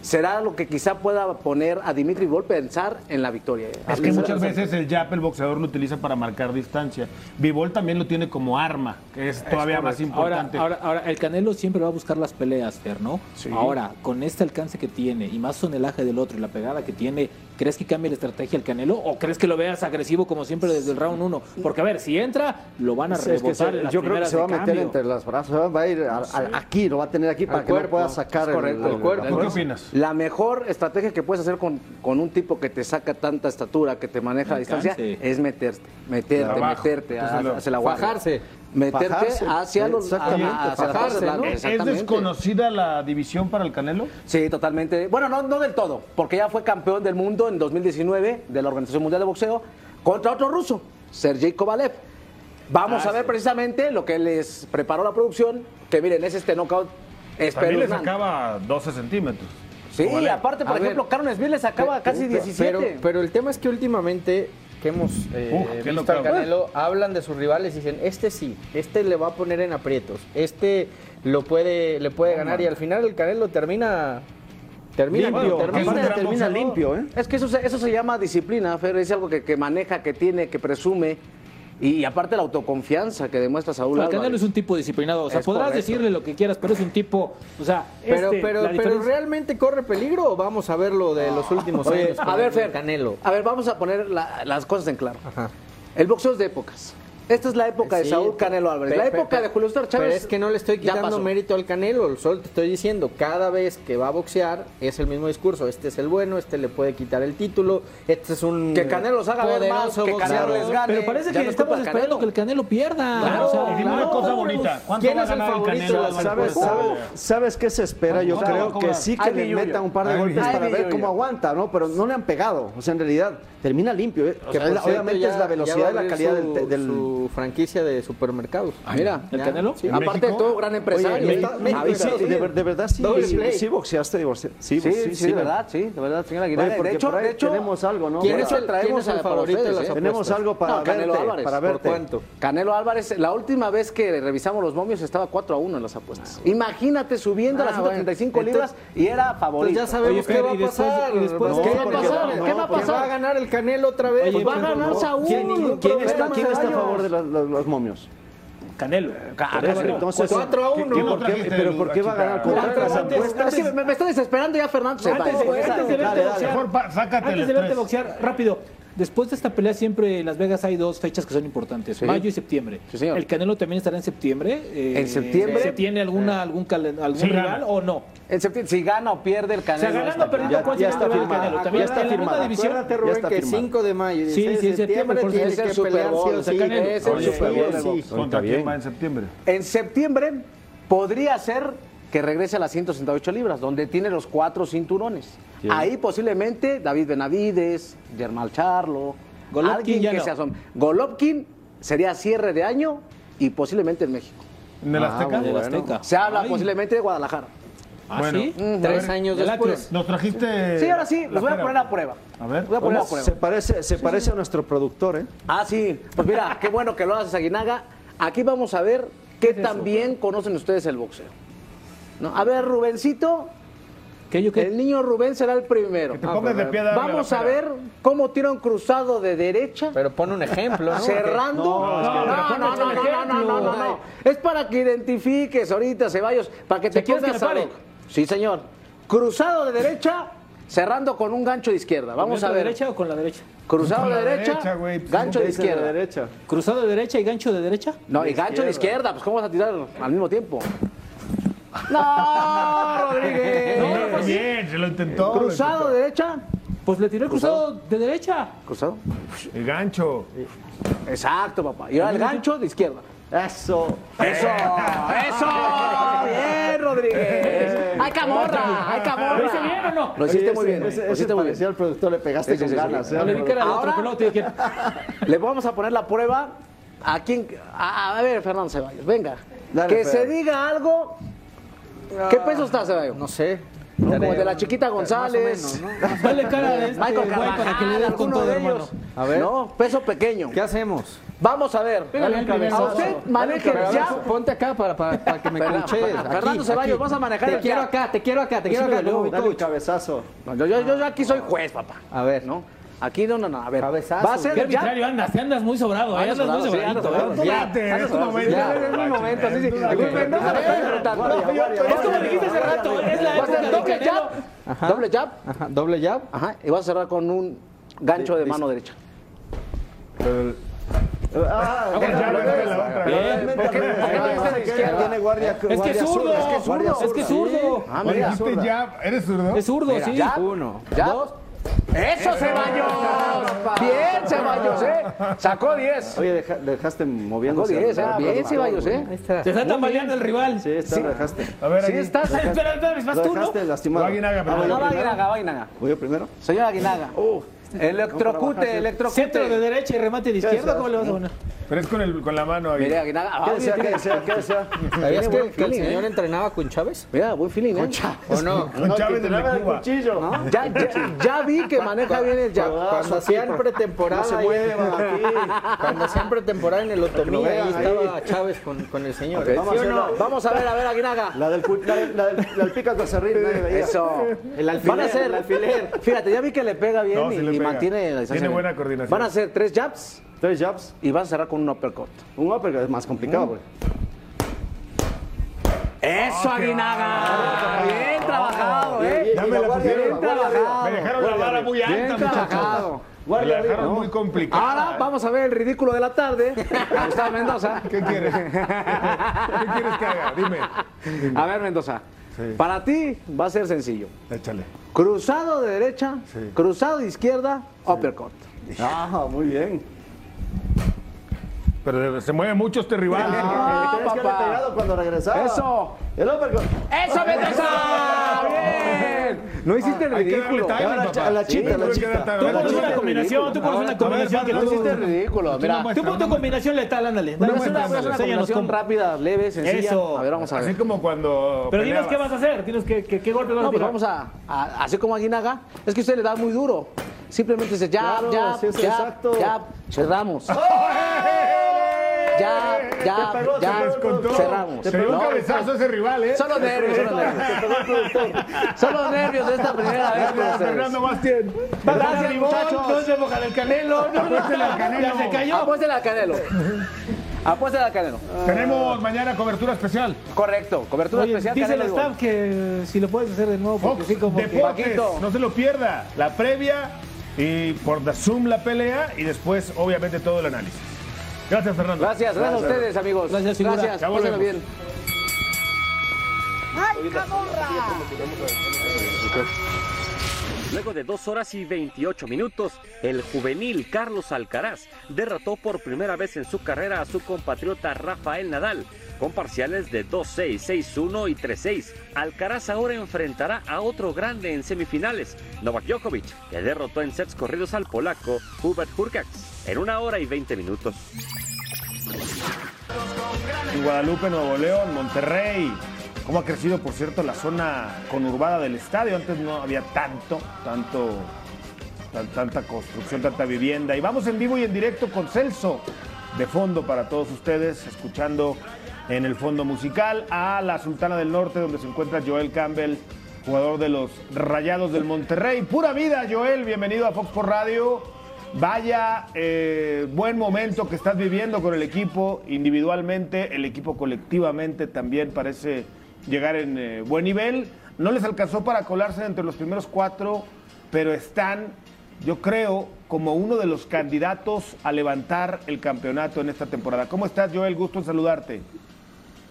[SPEAKER 7] será lo que quizá pueda poner a Dimitri Vivol pensar en la victoria. eh.
[SPEAKER 5] Es
[SPEAKER 7] A
[SPEAKER 5] que
[SPEAKER 7] pensar-
[SPEAKER 5] muchas veces el jab el boxeador lo utiliza para marcar distancia. Bibol también lo tiene como arma, que es todavía más
[SPEAKER 6] Ahora,
[SPEAKER 5] importante.
[SPEAKER 6] ahora, ahora, el Canelo siempre va a buscar las peleas, Fer, ¿no? Ahora, con este alcance que tiene y más tonelaje del otro y la pegada que tiene, ¿crees que cambie la estrategia el Canelo o crees que lo veas agresivo como siempre desde el round 1? Porque, a ver, si entra, lo van a
[SPEAKER 2] Es que
[SPEAKER 6] rebotar
[SPEAKER 2] se-
[SPEAKER 6] en las
[SPEAKER 2] yo creo que
[SPEAKER 6] primeras
[SPEAKER 2] se va a
[SPEAKER 6] de
[SPEAKER 2] meter
[SPEAKER 6] cambio.
[SPEAKER 2] entre las brazos, va a ir a- a- aquí, lo va a tener aquí para que no pueda sacar
[SPEAKER 7] es correcto, el cuerpo.
[SPEAKER 5] ¿Tú qué opinas?
[SPEAKER 7] La mejor estrategia que puedes hacer con, con un tipo que te saca tanta estatura, que te maneja a
[SPEAKER 6] Alcance.
[SPEAKER 7] distancia, es meterte, meterte,
[SPEAKER 5] Abajo.
[SPEAKER 7] meterte a-
[SPEAKER 5] Entonces lo-
[SPEAKER 7] hacia la guardia.
[SPEAKER 9] Fajarse.
[SPEAKER 7] Meterte
[SPEAKER 2] Fajarse,
[SPEAKER 7] hacia los
[SPEAKER 2] exactamente,
[SPEAKER 7] a- hacia las
[SPEAKER 9] fajarse,
[SPEAKER 7] fuerzas
[SPEAKER 9] ¿no?
[SPEAKER 7] blancas,
[SPEAKER 5] Ah, ¿Es
[SPEAKER 7] exactamente.
[SPEAKER 5] desconocida la división para el Canelo?
[SPEAKER 7] Sí, totalmente. Bueno, no, no del todo, porque ya fue campeón del mundo en 2019 de la Organización Mundial de Boxeo contra otro ruso, Sergei Kovalev.
[SPEAKER 9] Ah,
[SPEAKER 7] Vamos a ver precisamente lo que les preparó la producción, que miren, es este knockout
[SPEAKER 5] También le
[SPEAKER 7] espeluznante.
[SPEAKER 5] sacaba 12 centímetros.
[SPEAKER 7] Sí, aparte, por
[SPEAKER 9] A ver,
[SPEAKER 7] ejemplo, Carlos Smith le sacaba
[SPEAKER 9] Pe-
[SPEAKER 7] casi
[SPEAKER 9] pe-
[SPEAKER 7] 17.
[SPEAKER 9] Pero, pero el tema es que últimamente que hemos eh,
[SPEAKER 5] Uf, qué
[SPEAKER 9] visto
[SPEAKER 5] locura.
[SPEAKER 9] al Canelo, hablan de sus rivales y dicen, este sí, este le va a poner en aprietos, este lo puede, le puede ganar y al final el Canelo termina... Termina
[SPEAKER 2] Limpio,
[SPEAKER 9] bueno, termina-
[SPEAKER 2] aparte termina
[SPEAKER 9] termina-
[SPEAKER 2] limpio, ¿eh?
[SPEAKER 7] Es que eso se, eso se llama disciplina, Fer, es algo que, que maneja, que tiene, que presume. Y aparte la autoconfianza que demuestra Saúl
[SPEAKER 6] El
[SPEAKER 7] Álvarez.
[SPEAKER 6] Canelo es un tipo disciplinado. O sea,
[SPEAKER 7] Es
[SPEAKER 6] podrás
[SPEAKER 7] correcto.
[SPEAKER 6] decirle lo que quieras, pero es un tipo. O sea,
[SPEAKER 9] Pero,
[SPEAKER 6] este,
[SPEAKER 9] pero,
[SPEAKER 6] la
[SPEAKER 9] pero
[SPEAKER 6] diferencia-
[SPEAKER 9] ¿realmente corre peligro o vamos a ver lo de los últimos
[SPEAKER 7] Ah, Oye,
[SPEAKER 9] años? con
[SPEAKER 7] a ver,
[SPEAKER 9] el
[SPEAKER 7] Fer,
[SPEAKER 9] Canelo.
[SPEAKER 7] a ver, vamos a poner la- las cosas en claro. El boxeo es de épocas. Esta es la época de
[SPEAKER 9] Sí,
[SPEAKER 7] Saúl
[SPEAKER 9] pe-
[SPEAKER 7] Canelo Álvarez.
[SPEAKER 9] pe-
[SPEAKER 7] la
[SPEAKER 9] pe-
[SPEAKER 7] época
[SPEAKER 9] pe-
[SPEAKER 7] de Julio César Chávez.
[SPEAKER 9] Pero es que no le estoy
[SPEAKER 7] ya
[SPEAKER 9] quitando
[SPEAKER 7] pasó.
[SPEAKER 9] mérito al Canelo, solo te estoy diciendo, cada vez que va a boxear es el mismo discurso, este es el bueno, este le puede quitar el título, este es un
[SPEAKER 7] Que Canelo los haga ver
[SPEAKER 9] poderoso
[SPEAKER 7] más, que Canelo
[SPEAKER 9] boxeador.
[SPEAKER 7] les gane.
[SPEAKER 6] Pero parece
[SPEAKER 7] Ya
[SPEAKER 6] que
[SPEAKER 7] no es
[SPEAKER 6] estamos
[SPEAKER 7] culpa del
[SPEAKER 6] esperando
[SPEAKER 7] Canelo.
[SPEAKER 6] que el Canelo pierda.
[SPEAKER 7] Claro,
[SPEAKER 6] O sea,
[SPEAKER 5] y dime una
[SPEAKER 7] claro.
[SPEAKER 5] cosa bonita. ¿Cuánto
[SPEAKER 9] ¿Quién
[SPEAKER 5] va a
[SPEAKER 9] es el
[SPEAKER 5] ganar el
[SPEAKER 9] favorito?
[SPEAKER 5] Canelo?
[SPEAKER 9] ¿Las
[SPEAKER 5] al
[SPEAKER 9] sabes?
[SPEAKER 5] puesto?
[SPEAKER 9] ¿Sabes?
[SPEAKER 2] ¿Sabes qué se espera? Yo
[SPEAKER 5] ¿Cuánto va a
[SPEAKER 2] creo que
[SPEAKER 5] cobrar?
[SPEAKER 2] sí que
[SPEAKER 7] Ay,
[SPEAKER 2] le
[SPEAKER 7] mi Junior.
[SPEAKER 2] metan un par de
[SPEAKER 5] Ay, mi
[SPEAKER 2] golpes
[SPEAKER 7] Junior.
[SPEAKER 2] para
[SPEAKER 7] Ay, mi
[SPEAKER 2] ver cómo
[SPEAKER 7] Junior.
[SPEAKER 2] aguanta, ¿no? Pero no le han pegado. O sea, en realidad, termina limpio. ¿eh? O
[SPEAKER 9] Que por
[SPEAKER 2] sea, la-
[SPEAKER 9] cierto,
[SPEAKER 2] obviamente
[SPEAKER 9] ya-
[SPEAKER 2] es la
[SPEAKER 9] ya
[SPEAKER 2] velocidad
[SPEAKER 9] va
[SPEAKER 2] y
[SPEAKER 9] a
[SPEAKER 2] la
[SPEAKER 9] abrir
[SPEAKER 2] calidad
[SPEAKER 9] su-
[SPEAKER 2] del... del-
[SPEAKER 9] su franquicia de supermercados.
[SPEAKER 7] Ah, Mira,
[SPEAKER 6] ¿El
[SPEAKER 7] ya.
[SPEAKER 6] Canelo?
[SPEAKER 7] Sí.
[SPEAKER 6] ¿En
[SPEAKER 7] Aparte de
[SPEAKER 5] México?
[SPEAKER 7] todo, gran empresario.
[SPEAKER 2] Oye,
[SPEAKER 7] Está-
[SPEAKER 2] me- ah, sí,
[SPEAKER 7] sí,
[SPEAKER 2] de, ver- de verdad sí,
[SPEAKER 9] Doble
[SPEAKER 2] sí,
[SPEAKER 9] play.
[SPEAKER 2] sí boxeaste, divorcio.
[SPEAKER 7] sí, sí, de
[SPEAKER 5] Ah,
[SPEAKER 7] verdad, sí, de verdad, señora Aguilar.
[SPEAKER 2] Oye,
[SPEAKER 7] de
[SPEAKER 2] porque
[SPEAKER 7] hecho,
[SPEAKER 2] por ahí
[SPEAKER 7] de hecho,
[SPEAKER 2] tenemos algo, ¿no?
[SPEAKER 9] ¿Quién
[SPEAKER 2] Para-
[SPEAKER 9] es el,
[SPEAKER 7] traemos
[SPEAKER 9] quién es el
[SPEAKER 7] a- para
[SPEAKER 9] favorito de
[SPEAKER 7] ustedes,
[SPEAKER 9] las
[SPEAKER 7] eh?
[SPEAKER 2] Tenemos
[SPEAKER 9] apuestas?
[SPEAKER 2] algo para
[SPEAKER 7] No, Canelo
[SPEAKER 2] verte.
[SPEAKER 7] Álvarez,
[SPEAKER 2] para
[SPEAKER 7] ¿por
[SPEAKER 2] verte.
[SPEAKER 9] cuánto?
[SPEAKER 7] Canelo Álvarez, la última vez que revisamos los momios estaba 4 a 1 en las apuestas. Imagínate subiendo a las
[SPEAKER 9] Ah, bueno.
[SPEAKER 7] 135 libras y era favorito.
[SPEAKER 9] Pues ya sabemos
[SPEAKER 6] Oye,
[SPEAKER 9] qué
[SPEAKER 6] Fer,
[SPEAKER 9] va a
[SPEAKER 6] y después-
[SPEAKER 9] pasar.
[SPEAKER 6] y después-
[SPEAKER 9] ¿qué,
[SPEAKER 2] No,
[SPEAKER 9] va a
[SPEAKER 2] porque-
[SPEAKER 9] pasar?
[SPEAKER 2] no,
[SPEAKER 9] ¿Qué va a
[SPEAKER 2] porque-
[SPEAKER 9] pasar? Va a ganar el Canelo otra vez.
[SPEAKER 6] Oye,
[SPEAKER 7] va a
[SPEAKER 6] pero-
[SPEAKER 7] ganar Saúl.
[SPEAKER 9] Sin ningún
[SPEAKER 2] ¿Quién está,
[SPEAKER 9] problema,
[SPEAKER 2] quién está a
[SPEAKER 9] Saúl.
[SPEAKER 2] favor de la- los, los momios?
[SPEAKER 6] Canelo.
[SPEAKER 2] Por eso, entonces,
[SPEAKER 9] 4 a
[SPEAKER 2] ¿qué-
[SPEAKER 9] 1.
[SPEAKER 2] qué- por qué- ¿Pero por qué va a ganar? Con
[SPEAKER 7] Ah, pero
[SPEAKER 2] otras
[SPEAKER 7] antes-
[SPEAKER 2] apuestas.
[SPEAKER 7] es que me, me está desesperando ya Fernando. Se
[SPEAKER 6] Antes,
[SPEAKER 7] va.
[SPEAKER 6] de- antes de verte
[SPEAKER 2] dale, dale.
[SPEAKER 6] boxear,
[SPEAKER 5] Mejor pa- sácate
[SPEAKER 6] antes
[SPEAKER 5] el
[SPEAKER 6] de verte
[SPEAKER 5] estrés.
[SPEAKER 6] boxear, rápido. Después de esta pelea siempre en Las Vegas hay dos fechas que son importantes, mayo y septiembre.
[SPEAKER 7] Sí, señor.
[SPEAKER 6] El Canelo también estará en septiembre. eh,
[SPEAKER 7] ¿En septiembre?
[SPEAKER 6] ¿Se tiene alguna algún calen- algún
[SPEAKER 5] Sí,
[SPEAKER 6] rival
[SPEAKER 5] gana.
[SPEAKER 6] o no?
[SPEAKER 7] En septiembre, si gana o pierde el
[SPEAKER 6] O
[SPEAKER 7] Canelo.
[SPEAKER 6] sea, ganando o perdiendo,
[SPEAKER 2] Ya-
[SPEAKER 6] ¿cuál
[SPEAKER 2] ya
[SPEAKER 6] será el
[SPEAKER 2] está
[SPEAKER 6] rival del
[SPEAKER 2] firmada.
[SPEAKER 6] Canelo?
[SPEAKER 2] Ya
[SPEAKER 6] También
[SPEAKER 2] está
[SPEAKER 6] en la
[SPEAKER 2] firmada.
[SPEAKER 6] segunda división.
[SPEAKER 9] Acuérdate,
[SPEAKER 2] Ya
[SPEAKER 9] Rubén,
[SPEAKER 2] está
[SPEAKER 9] que
[SPEAKER 2] firmado.
[SPEAKER 9] 5 de mayo, 16
[SPEAKER 6] Sí, sí,
[SPEAKER 9] de
[SPEAKER 6] es septiembre,
[SPEAKER 9] septiembre,
[SPEAKER 6] por
[SPEAKER 9] tienes
[SPEAKER 6] supuesto.
[SPEAKER 9] que
[SPEAKER 7] Es el
[SPEAKER 9] pelear
[SPEAKER 7] Super Bowl,
[SPEAKER 9] sí o
[SPEAKER 7] o sea,
[SPEAKER 9] sí.
[SPEAKER 6] Canelo.
[SPEAKER 9] Es el
[SPEAKER 6] Oye,
[SPEAKER 9] Super Bowl.
[SPEAKER 2] Canelo.
[SPEAKER 9] sí.
[SPEAKER 5] ¿Contra
[SPEAKER 2] Está
[SPEAKER 5] quién
[SPEAKER 2] bien.
[SPEAKER 5] va en septiembre?
[SPEAKER 7] En septiembre podría ser que regrese a las 168 libras, donde tiene los cuatro cinturones. Ahí posiblemente David Benavides, Germán Charlo,
[SPEAKER 6] Golovkin
[SPEAKER 7] alguien
[SPEAKER 6] ya
[SPEAKER 7] que
[SPEAKER 6] no.
[SPEAKER 7] se asome. Golovkin sería cierre de año y posiblemente en México.
[SPEAKER 5] ¿En
[SPEAKER 2] Ah,
[SPEAKER 5] el Azteca?
[SPEAKER 6] En el Azteca.
[SPEAKER 7] Se habla
[SPEAKER 6] Ay.
[SPEAKER 7] posiblemente de Guadalajara.
[SPEAKER 6] ¿Ah,
[SPEAKER 5] Bueno.
[SPEAKER 6] sí?
[SPEAKER 9] Tres años
[SPEAKER 6] del
[SPEAKER 9] después.
[SPEAKER 5] ¿Nos trajiste...?
[SPEAKER 7] Sí, ahora sí,
[SPEAKER 5] la
[SPEAKER 7] los voy a
[SPEAKER 5] pera?
[SPEAKER 7] poner a prueba.
[SPEAKER 5] Eh, A ver.
[SPEAKER 7] Voy a poner a
[SPEAKER 2] Oye, Se
[SPEAKER 7] prueba.
[SPEAKER 2] parece, se parece a nuestro productor, ¿eh?
[SPEAKER 7] Ah, sí. Pues mira, qué bueno que lo haces, Aguinaga. Aquí vamos a ver qué tan bien conocen ustedes el boxeo. ¿No? A ver, Rubencito,
[SPEAKER 6] ¿Qué, yo qué?
[SPEAKER 7] El niño Rubén será el primero. Ah,
[SPEAKER 5] Que te pongas de pie a darle
[SPEAKER 7] Vamos
[SPEAKER 5] la
[SPEAKER 7] a
[SPEAKER 5] pera.
[SPEAKER 7] ver cómo tira un cruzado de derecha.
[SPEAKER 9] Pero pon un ejemplo, ¿no?
[SPEAKER 7] Cerrando. No,
[SPEAKER 5] es que-
[SPEAKER 7] no, no, no, no, no, no, no, no, no. Es para que identifiques ahorita, Ceballos, para que te
[SPEAKER 6] quieres que
[SPEAKER 7] pongas
[SPEAKER 6] le pare?
[SPEAKER 7] a lo- Sí, señor. Cruzado de derecha, cerrando con un gancho de izquierda. Vamos
[SPEAKER 6] ¿Con
[SPEAKER 7] a
[SPEAKER 6] la
[SPEAKER 7] ver.
[SPEAKER 6] derecha o con la derecha?
[SPEAKER 7] Cruzado
[SPEAKER 5] Con
[SPEAKER 7] de
[SPEAKER 5] la
[SPEAKER 7] derecha,
[SPEAKER 5] derecha, güey, pues,
[SPEAKER 7] gancho de
[SPEAKER 2] Dice la
[SPEAKER 7] izquierda.
[SPEAKER 2] derecha.
[SPEAKER 6] ¿Cruzado de derecha y gancho de derecha?
[SPEAKER 7] No, y gancho de izquierda, pues ¿cómo vas a tirar al mismo tiempo? ¡No, Rodríguez!
[SPEAKER 5] No, bien, se lo intentó.
[SPEAKER 7] Cruzado de derecha.
[SPEAKER 6] Pues le tiró el cruzado de derecha.
[SPEAKER 7] Cruzado.
[SPEAKER 5] El gancho.
[SPEAKER 7] Exacto, papá. Y ahora el gancho de izquierda.
[SPEAKER 2] Eso.
[SPEAKER 7] Eso,
[SPEAKER 5] Eh.
[SPEAKER 7] eso. Bien, Rodríguez. Hay camorra, hay camorra.
[SPEAKER 6] ¿Lo hice bien o no?
[SPEAKER 7] Lo hiciste
[SPEAKER 2] Oye,
[SPEAKER 7] muy
[SPEAKER 2] ese-
[SPEAKER 7] bien.
[SPEAKER 2] Ese,
[SPEAKER 7] Lo
[SPEAKER 2] ese
[SPEAKER 7] hiciste muy
[SPEAKER 2] parecía
[SPEAKER 7] bien.
[SPEAKER 2] al productor, le pegaste
[SPEAKER 7] Sí, sí,
[SPEAKER 2] con
[SPEAKER 7] sí, sí.
[SPEAKER 2] ganas. ¿eh?
[SPEAKER 6] No le vi que era de otro
[SPEAKER 7] Ahora-
[SPEAKER 6] color, te dije,
[SPEAKER 7] Le vamos a poner la prueba a quien. A, a ver, Fernando Ceballos, venga.
[SPEAKER 2] Dale,
[SPEAKER 7] que
[SPEAKER 2] Fer.
[SPEAKER 7] se diga algo. ¿Qué peso está, Ceballos?
[SPEAKER 9] Ah, No sé.
[SPEAKER 7] Como de la chiquita González.
[SPEAKER 6] Dale cara de este
[SPEAKER 7] Michael
[SPEAKER 6] güey
[SPEAKER 7] Carvajal,
[SPEAKER 6] para que le des con
[SPEAKER 7] alguno
[SPEAKER 6] todo,
[SPEAKER 7] de
[SPEAKER 6] hermano.
[SPEAKER 7] ellos. A ver. No, peso pequeño.
[SPEAKER 9] ¿Qué hacemos?
[SPEAKER 7] Vamos a ver.
[SPEAKER 6] Pégale al
[SPEAKER 7] A
[SPEAKER 6] cabezazo.
[SPEAKER 7] usted maneje
[SPEAKER 9] Pero a ver,
[SPEAKER 7] ya.
[SPEAKER 9] ponte acá para, para, para que me
[SPEAKER 7] Fernan-
[SPEAKER 9] escuches.
[SPEAKER 7] Fernando Ceballos, vas a manejar
[SPEAKER 9] Te
[SPEAKER 7] el
[SPEAKER 9] quiero
[SPEAKER 7] jab.
[SPEAKER 9] acá, te quiero acá, te quiero acá. como mi
[SPEAKER 2] Dale un
[SPEAKER 9] coach.
[SPEAKER 2] cabezazo.
[SPEAKER 7] No, yo, yo, yo- yo aquí soy juez, papá.
[SPEAKER 9] A ver.
[SPEAKER 7] ¿No? Aquí no, no, no. A ver.
[SPEAKER 9] Cabezazo.
[SPEAKER 7] Va a ser
[SPEAKER 6] Qué
[SPEAKER 7] ya-
[SPEAKER 6] arbitrario andas, te andas muy sobrado, ¿eh? andas muy
[SPEAKER 7] sobrado, Ah, sí, andas
[SPEAKER 6] sobradito. ¿eh?
[SPEAKER 7] sobrado.
[SPEAKER 5] Espérate, es tu momento.
[SPEAKER 9] Ya.
[SPEAKER 5] es mi momento, sí, sí.
[SPEAKER 7] No se me estés retando.
[SPEAKER 6] Es como dijiste hace rato, es la
[SPEAKER 7] Va a
[SPEAKER 6] época
[SPEAKER 7] ser doble
[SPEAKER 6] de Canelo.
[SPEAKER 7] jab. Doble jab.
[SPEAKER 9] Ajá, doble jab.
[SPEAKER 7] Ajá. Y vas a cerrar con un gancho de mano derecha.
[SPEAKER 2] Ah,
[SPEAKER 6] Ah,
[SPEAKER 2] Tiene guardia
[SPEAKER 6] Es que es zurdo,
[SPEAKER 2] Es que es zurdo.
[SPEAKER 6] es que es zurdo.
[SPEAKER 7] Ah,
[SPEAKER 5] Oye,
[SPEAKER 7] mira.
[SPEAKER 5] dijiste ya, ¿eres zurdo?
[SPEAKER 6] Es zurdo, sí.
[SPEAKER 7] Jab.
[SPEAKER 9] Uno,
[SPEAKER 7] Jab.
[SPEAKER 9] dos.
[SPEAKER 7] ¡Eso, Ceballos! Bien, Ceballos, ¿eh? Sacó 10.
[SPEAKER 2] Oye, deja- dejaste moviendo.
[SPEAKER 7] Sacó 10, ¿eh? Bien, Ceballos, ¿eh?
[SPEAKER 9] Ahí está.
[SPEAKER 6] Te está tambaleando el rival.
[SPEAKER 2] Sí, está, lo dejaste.
[SPEAKER 5] A ver,
[SPEAKER 7] Sí,
[SPEAKER 5] aquí.
[SPEAKER 7] estás.
[SPEAKER 6] Espera, espera,
[SPEAKER 2] Lo
[SPEAKER 6] ¿vas tú, no?
[SPEAKER 2] dejaste lastimado.
[SPEAKER 5] Aguinaga,
[SPEAKER 2] Ah,
[SPEAKER 5] pero-
[SPEAKER 2] voy yo
[SPEAKER 7] No, va
[SPEAKER 2] primero.
[SPEAKER 7] Aguinaga, va Aguinaga.
[SPEAKER 2] Voy yo primero. Oh.
[SPEAKER 7] Señor Aguinaga. Electrocute, electrocute.
[SPEAKER 6] Centro de derecha y remate de izquierda, ¿cómo le vas a poner?
[SPEAKER 5] Pero es con, el, con la mano ahí.
[SPEAKER 7] Mire, Aguinaga,
[SPEAKER 2] ¿Qué
[SPEAKER 7] ah,
[SPEAKER 2] desea?
[SPEAKER 7] tiene-
[SPEAKER 2] ¿Qué desea? ¿Qué desea?
[SPEAKER 9] ¿Sabías
[SPEAKER 7] buen
[SPEAKER 9] que, que el
[SPEAKER 7] feeling,
[SPEAKER 9] señor
[SPEAKER 7] ¿eh?
[SPEAKER 9] entrenaba con Chávez?
[SPEAKER 7] Mira, buen feeling, ¿eh?
[SPEAKER 9] ¿O no?
[SPEAKER 5] Con Chávez de Cuba.
[SPEAKER 2] cuchillo.
[SPEAKER 7] ¿No? Ya, ya, ya vi que maneja bien el jab.
[SPEAKER 9] Cuando hacían pretemporada.
[SPEAKER 2] No se
[SPEAKER 9] ahí-
[SPEAKER 2] mueva aquí.
[SPEAKER 9] Cuando hacían pretemporada en el Otomí, ahí
[SPEAKER 2] vean, ahí.
[SPEAKER 9] estaba Chávez con, con el señor.
[SPEAKER 2] Ok,
[SPEAKER 9] ¿Sí
[SPEAKER 2] vamos a
[SPEAKER 9] o
[SPEAKER 2] hacer
[SPEAKER 9] no?
[SPEAKER 2] la-
[SPEAKER 7] Vamos a ver, a ver, Aguinaga.
[SPEAKER 2] La del, pu- la, del- la del- la del pica cacerrín, nadie veía.
[SPEAKER 7] Eso.
[SPEAKER 2] El alfiler,
[SPEAKER 7] Van a ser,
[SPEAKER 2] el alfiler.
[SPEAKER 7] Fíjate, ya vi que le pega bien
[SPEAKER 5] No,
[SPEAKER 7] y,
[SPEAKER 5] sí le
[SPEAKER 7] y
[SPEAKER 5] pega.
[SPEAKER 7] mantiene la distancia.
[SPEAKER 5] Tiene
[SPEAKER 7] bien.
[SPEAKER 5] buena coordinación.
[SPEAKER 7] Van a ser tres jabs
[SPEAKER 2] Tres jabs,
[SPEAKER 7] y vas a cerrar con un uppercut. Mm.
[SPEAKER 2] un uppercut es más complicado. porque-
[SPEAKER 7] ¡Eso,
[SPEAKER 5] Ah,
[SPEAKER 7] Aguinaga! Bien trabajado, ¿eh?
[SPEAKER 5] Ya me la pusieron.
[SPEAKER 7] Bien trabajado.
[SPEAKER 5] Me dejaron la vara muy
[SPEAKER 7] Bien
[SPEAKER 5] alta, muchachos.
[SPEAKER 7] trabajado.
[SPEAKER 5] Me la
[SPEAKER 2] Guardia,
[SPEAKER 5] dejaron
[SPEAKER 2] ¿no?
[SPEAKER 5] muy complicada.
[SPEAKER 7] Ahora vamos a ver el ridículo de la tarde. A Gustavo Mendoza.
[SPEAKER 5] ¿Qué quieres? ¿Qué quieres que haga? Dime.
[SPEAKER 7] A ver, Mendoza.
[SPEAKER 5] Sí.
[SPEAKER 7] Para ti va a ser sencillo.
[SPEAKER 5] Échale.
[SPEAKER 7] Cruzado de derecha,
[SPEAKER 5] Sí.
[SPEAKER 7] cruzado de izquierda, uppercut.
[SPEAKER 2] Ah, muy bien.
[SPEAKER 5] Pero se mueve mucho este rival.
[SPEAKER 7] Ah,
[SPEAKER 2] Tienes que haber
[SPEAKER 7] papá.
[SPEAKER 2] pegado cuando regresaba.
[SPEAKER 7] Eso.
[SPEAKER 2] El uppercut.
[SPEAKER 7] ¡Eso, Mendoza! ¡Bien! No hiciste el
[SPEAKER 5] Hay que darle
[SPEAKER 7] ridículo.
[SPEAKER 5] time,
[SPEAKER 2] A la ch-
[SPEAKER 5] papá.
[SPEAKER 2] a la
[SPEAKER 5] Sí,
[SPEAKER 2] chita, a la
[SPEAKER 5] tuve que
[SPEAKER 2] chita.
[SPEAKER 5] dar-
[SPEAKER 10] Tú
[SPEAKER 5] a la
[SPEAKER 10] pones
[SPEAKER 5] chita.
[SPEAKER 10] una combinación, tú pones una combinación que
[SPEAKER 7] No
[SPEAKER 10] tú
[SPEAKER 7] hiciste el ridículo. Mira,
[SPEAKER 10] Tú pones tu combinación letal, ándale.
[SPEAKER 7] Una,
[SPEAKER 10] Dale,
[SPEAKER 7] una, una,
[SPEAKER 10] enséñanos
[SPEAKER 7] combinación
[SPEAKER 10] cómo.
[SPEAKER 7] rápida, leve, sencilla.
[SPEAKER 10] Eso.
[SPEAKER 7] A ver, vamos a
[SPEAKER 5] Así
[SPEAKER 7] ver.
[SPEAKER 5] como cuando.
[SPEAKER 10] Pero dinos
[SPEAKER 5] peleabas.
[SPEAKER 10] qué vas a hacer, dinos qué, qué, qué golpe vas a
[SPEAKER 7] No, pues
[SPEAKER 10] tirar.
[SPEAKER 7] vamos a, a- así como Aguinaga, es que usted le da muy duro. Simplemente dice
[SPEAKER 2] Claro,
[SPEAKER 7] jab, jab,
[SPEAKER 2] sí, es exacto.
[SPEAKER 7] jab, jab, cerramos. Jab,
[SPEAKER 2] Te pegó,
[SPEAKER 7] jab,
[SPEAKER 2] te pegó el
[SPEAKER 7] jab,
[SPEAKER 2] productor.
[SPEAKER 7] cerramos.
[SPEAKER 5] Se dio un
[SPEAKER 7] No,
[SPEAKER 5] cabezazo a ese rival, ¿eh?
[SPEAKER 7] Son los nervios, son los nervios. Son los nervios de esta primera vez con
[SPEAKER 5] Gracias,
[SPEAKER 7] ustedes.
[SPEAKER 5] Fernando Bastien.
[SPEAKER 10] Va a ganar
[SPEAKER 7] Gracias,
[SPEAKER 10] Ribón,
[SPEAKER 7] muchachos.
[SPEAKER 10] no se moja el canelo, no, no se la canelo. Ya se cayó.
[SPEAKER 7] Apuéstele al Canelo. Apuéstele al Canelo.
[SPEAKER 5] Tenemos mañana cobertura especial.
[SPEAKER 7] Correcto, cobertura
[SPEAKER 10] Oye,
[SPEAKER 7] especial.
[SPEAKER 10] dice el
[SPEAKER 7] Canelo Ibón.
[SPEAKER 10] staff que si lo puedes hacer de nuevo, porque
[SPEAKER 5] Fox
[SPEAKER 10] sí, como que...
[SPEAKER 5] Deportes,
[SPEAKER 7] Paquito.
[SPEAKER 5] no se lo pierda. La previa y por The Zoom la pelea y después, obviamente, todo el análisis. Gracias, Fernando.
[SPEAKER 7] Gracias, gracias a ustedes, amigos.
[SPEAKER 10] Gracias, figura.
[SPEAKER 7] Gracias,
[SPEAKER 5] Ya
[SPEAKER 7] pásenlo
[SPEAKER 5] volvemos.
[SPEAKER 7] bien.
[SPEAKER 1] Luego de dos horas y 28 minutos, el juvenil Carlos Alcaraz derrotó por primera vez en su carrera a su compatriota Rafael Nadal con parciales de 2-6, 6-1 y 3-6. Alcaraz ahora enfrentará a otro grande en semifinales, Novak Djokovic, que derrotó en sets corridos al polaco Hubert Hurkacz en una hora y 20 minutos.
[SPEAKER 5] En Guadalupe, Nuevo León, Monterrey. ¿Cómo ha crecido, por cierto, la zona conurbada del estadio? Antes no había tanto, tanto, tan- tanta construcción, tanta vivienda. Y vamos en vivo y en directo con Celso, de fondo para todos ustedes, escuchando en el fondo musical a la Sultana del Norte, donde se encuentra Joel Campbell, jugador de los Rayados del Monterrey. Pura vida, Joel, bienvenido a Fox por Radio. Vaya eh, buen momento que estás viviendo con el equipo individualmente, el equipo colectivamente también parece llegar en eh, buen nivel. No les alcanzó para colarse entre los primeros cuatro, pero están, yo creo, como uno de los candidatos a levantar el campeonato en esta temporada. ¿Cómo estás, Joel? Gusto en saludarte.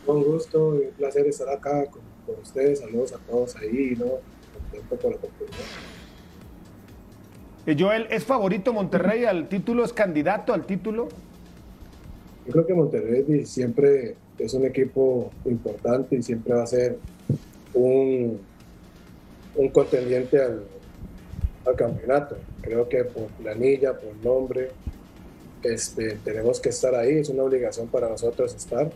[SPEAKER 4] Un gusto y un placer estar acá con, con ustedes. Saludos a todos ahí, ¿no? Contento por la oportunidad.
[SPEAKER 5] Eh, Joel, ¿es favorito Monterrey al título? ¿Es candidato al título?
[SPEAKER 4] Yo creo que Monterrey siempre es un equipo importante y siempre va a ser un, un contendiente al, al campeonato. Creo que por planilla, por nombre, este, tenemos que estar ahí. Es una obligación para nosotros estar,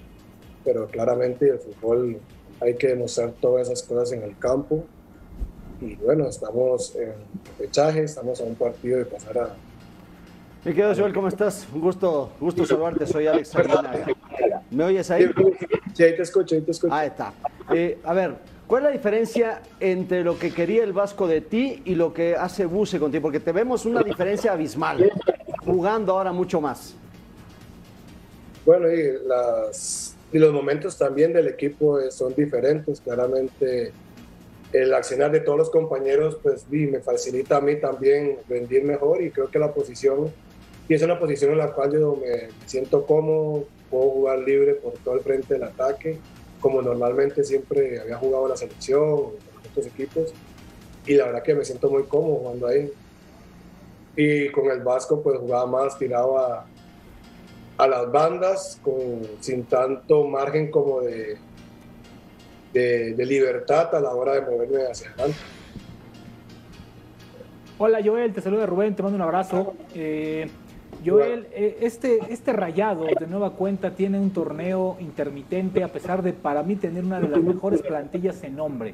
[SPEAKER 4] pero claramente el fútbol hay que demostrar todas esas cosas en el campo. Y bueno, estamos en fechaje, estamos a un partido de pasar a,
[SPEAKER 2] Mi querido Joel, ¿cómo estás? Un gusto, gusto saludarte. Soy Alex Aguinaga. ¿Me oyes ahí?
[SPEAKER 4] Sí, ahí te escucho, ahí te escucho.
[SPEAKER 2] Ahí está. Eh, a ver, ¿cuál es la diferencia entre lo que quería el Vasco de ti y lo que hace Buse contigo? Porque te vemos una diferencia abismal, jugando ahora mucho más.
[SPEAKER 4] Bueno, y, las, y los momentos también del equipo eh, son diferentes. Claramente, el accionar de todos los compañeros, pues di, me facilita a mí también rendir mejor y creo que la posición, y es una posición en la cual yo me siento cómodo, puedo jugar libre por todo el frente del ataque, como normalmente siempre había jugado en la selección, en otros equipos, y la verdad que me siento muy cómodo jugando ahí. Y con el Vasco, pues jugaba más, tiraba a las bandas con, sin tanto margen como de, de, de libertad a la hora de moverme hacia adelante.
[SPEAKER 10] Hola Joel, te saluda Rubén, te mando un abrazo. Eh,
[SPEAKER 6] Joel, eh, este, este rayado de nueva cuenta tiene un torneo intermitente, a pesar de para mí tener una de las mejores plantillas en nombre.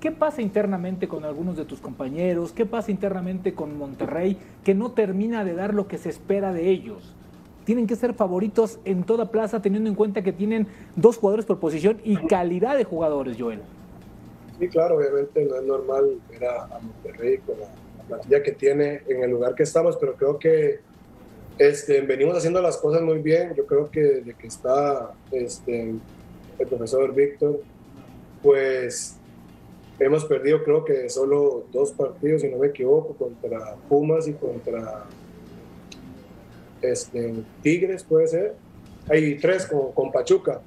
[SPEAKER 6] ¿Qué pasa internamente con algunos de tus compañeros? ¿Qué pasa internamente con Monterrey que no termina de dar lo que se espera de ellos? Tienen que ser favoritos en toda plaza, teniendo en cuenta que tienen dos jugadores por posición y calidad de jugadores, Joel.
[SPEAKER 4] Sí, claro, obviamente no es normal ver a, a Monterrey con la, la plantilla que tiene en el lugar que estamos, pero creo que este, venimos haciendo las cosas muy bien. Yo creo que desde que está este, el profesor Víctor, pues hemos perdido creo que solo dos partidos, si no me equivoco, contra Pumas y contra este, Tigres, puede ser. Hay tres con, con Pachuca.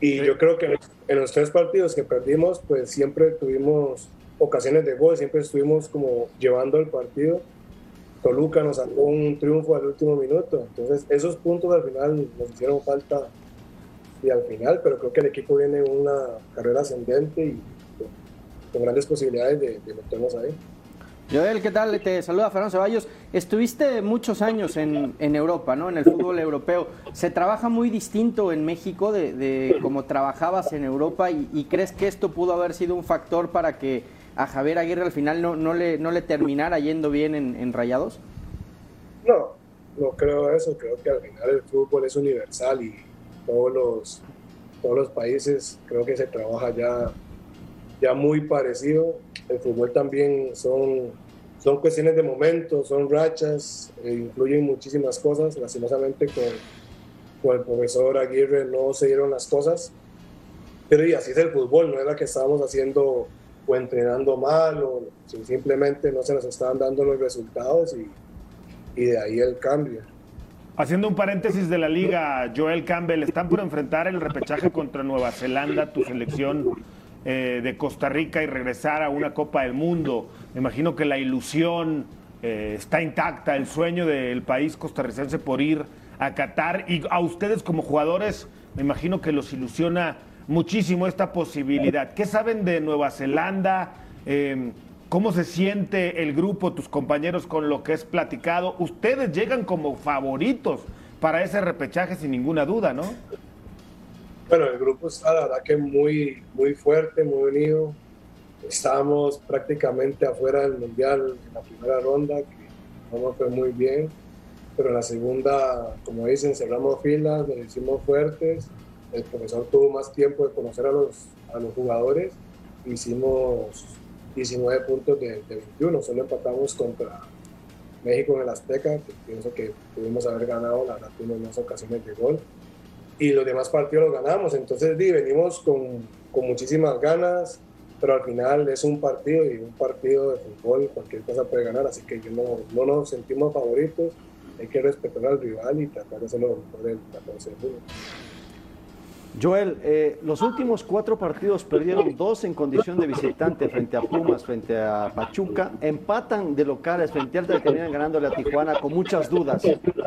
[SPEAKER 4] Y yo creo que en los, en los tres partidos que perdimos, pues siempre tuvimos ocasiones de gol, siempre estuvimos como llevando el partido. Toluca nos sacó un triunfo al último minuto. Entonces, esos puntos al final nos hicieron falta y al final, pero creo que el equipo viene en una carrera ascendente y con, con grandes posibilidades de, de meternos ahí.
[SPEAKER 9] Joel, ¿qué tal? Te saluda Fernando Ceballos. Estuviste muchos años en, en Europa, ¿no? En el fútbol europeo. ¿Se trabaja muy distinto en México de, de cómo trabajabas en Europa? Y, y crees que esto pudo haber sido un factor para que a Javier Aguirre al final no, no, le, no le terminara yendo bien en, en Rayados?
[SPEAKER 4] No, no creo eso. Creo que al final el fútbol es universal y todos los, todos los países creo que se trabaja ya, ya muy parecido. El fútbol también son, son cuestiones de momento, son rachas, e influyen muchísimas cosas. Lastimosamente con, con el profesor Aguirre no se dieron las cosas. Pero y así es el fútbol, no era que estábamos haciendo o entrenando mal o si simplemente no se nos estaban dando los resultados y, y de ahí el cambio.
[SPEAKER 5] Haciendo un paréntesis de la liga, Joel Campbell, están por enfrentar el repechaje contra Nueva Zelanda, tu selección eh, de Costa Rica y regresar a una Copa del Mundo. Me imagino que la ilusión eh, está intacta, el sueño del país costarricense por ir a Qatar y a ustedes como jugadores, me imagino que los ilusiona muchísimo esta posibilidad. ¿Qué saben de Nueva Zelanda? Eh, ¿Cómo se siente el grupo, tus compañeros con lo que es platicado? Ustedes llegan como favoritos para ese repechaje sin ninguna duda, ¿no?
[SPEAKER 4] Bueno, el grupo está la verdad que muy, muy fuerte, muy unido. Estábamos prácticamente afuera del Mundial en la primera ronda, que no nos fue muy bien, pero en la segunda, pues, como dicen, cerramos filas, nos hicimos fuertes el profesor tuvo más tiempo de conocer a los, a los jugadores. Hicimos 19 puntos de, de, 21, solo empatamos contra México en el Azteca, que pienso que pudimos haber ganado, la verdad tuvimos más ocasiones de gol. Y los demás partidos los ganamos, entonces sí, venimos con, con muchísimas ganas, pero al final es un partido y un partido de fútbol, cualquier cosa puede ganar, así que yo no, no nos sentimos favoritos, hay que respetar al rival y tratar de hacerlo mejor en la
[SPEAKER 2] Joel, eh, los últimos cuatro partidos perdieron dos en condición de visitante frente a Pumas, frente a Pachuca. Empatan de locales frente al terminan ganándole a Tijuana con muchas dudas.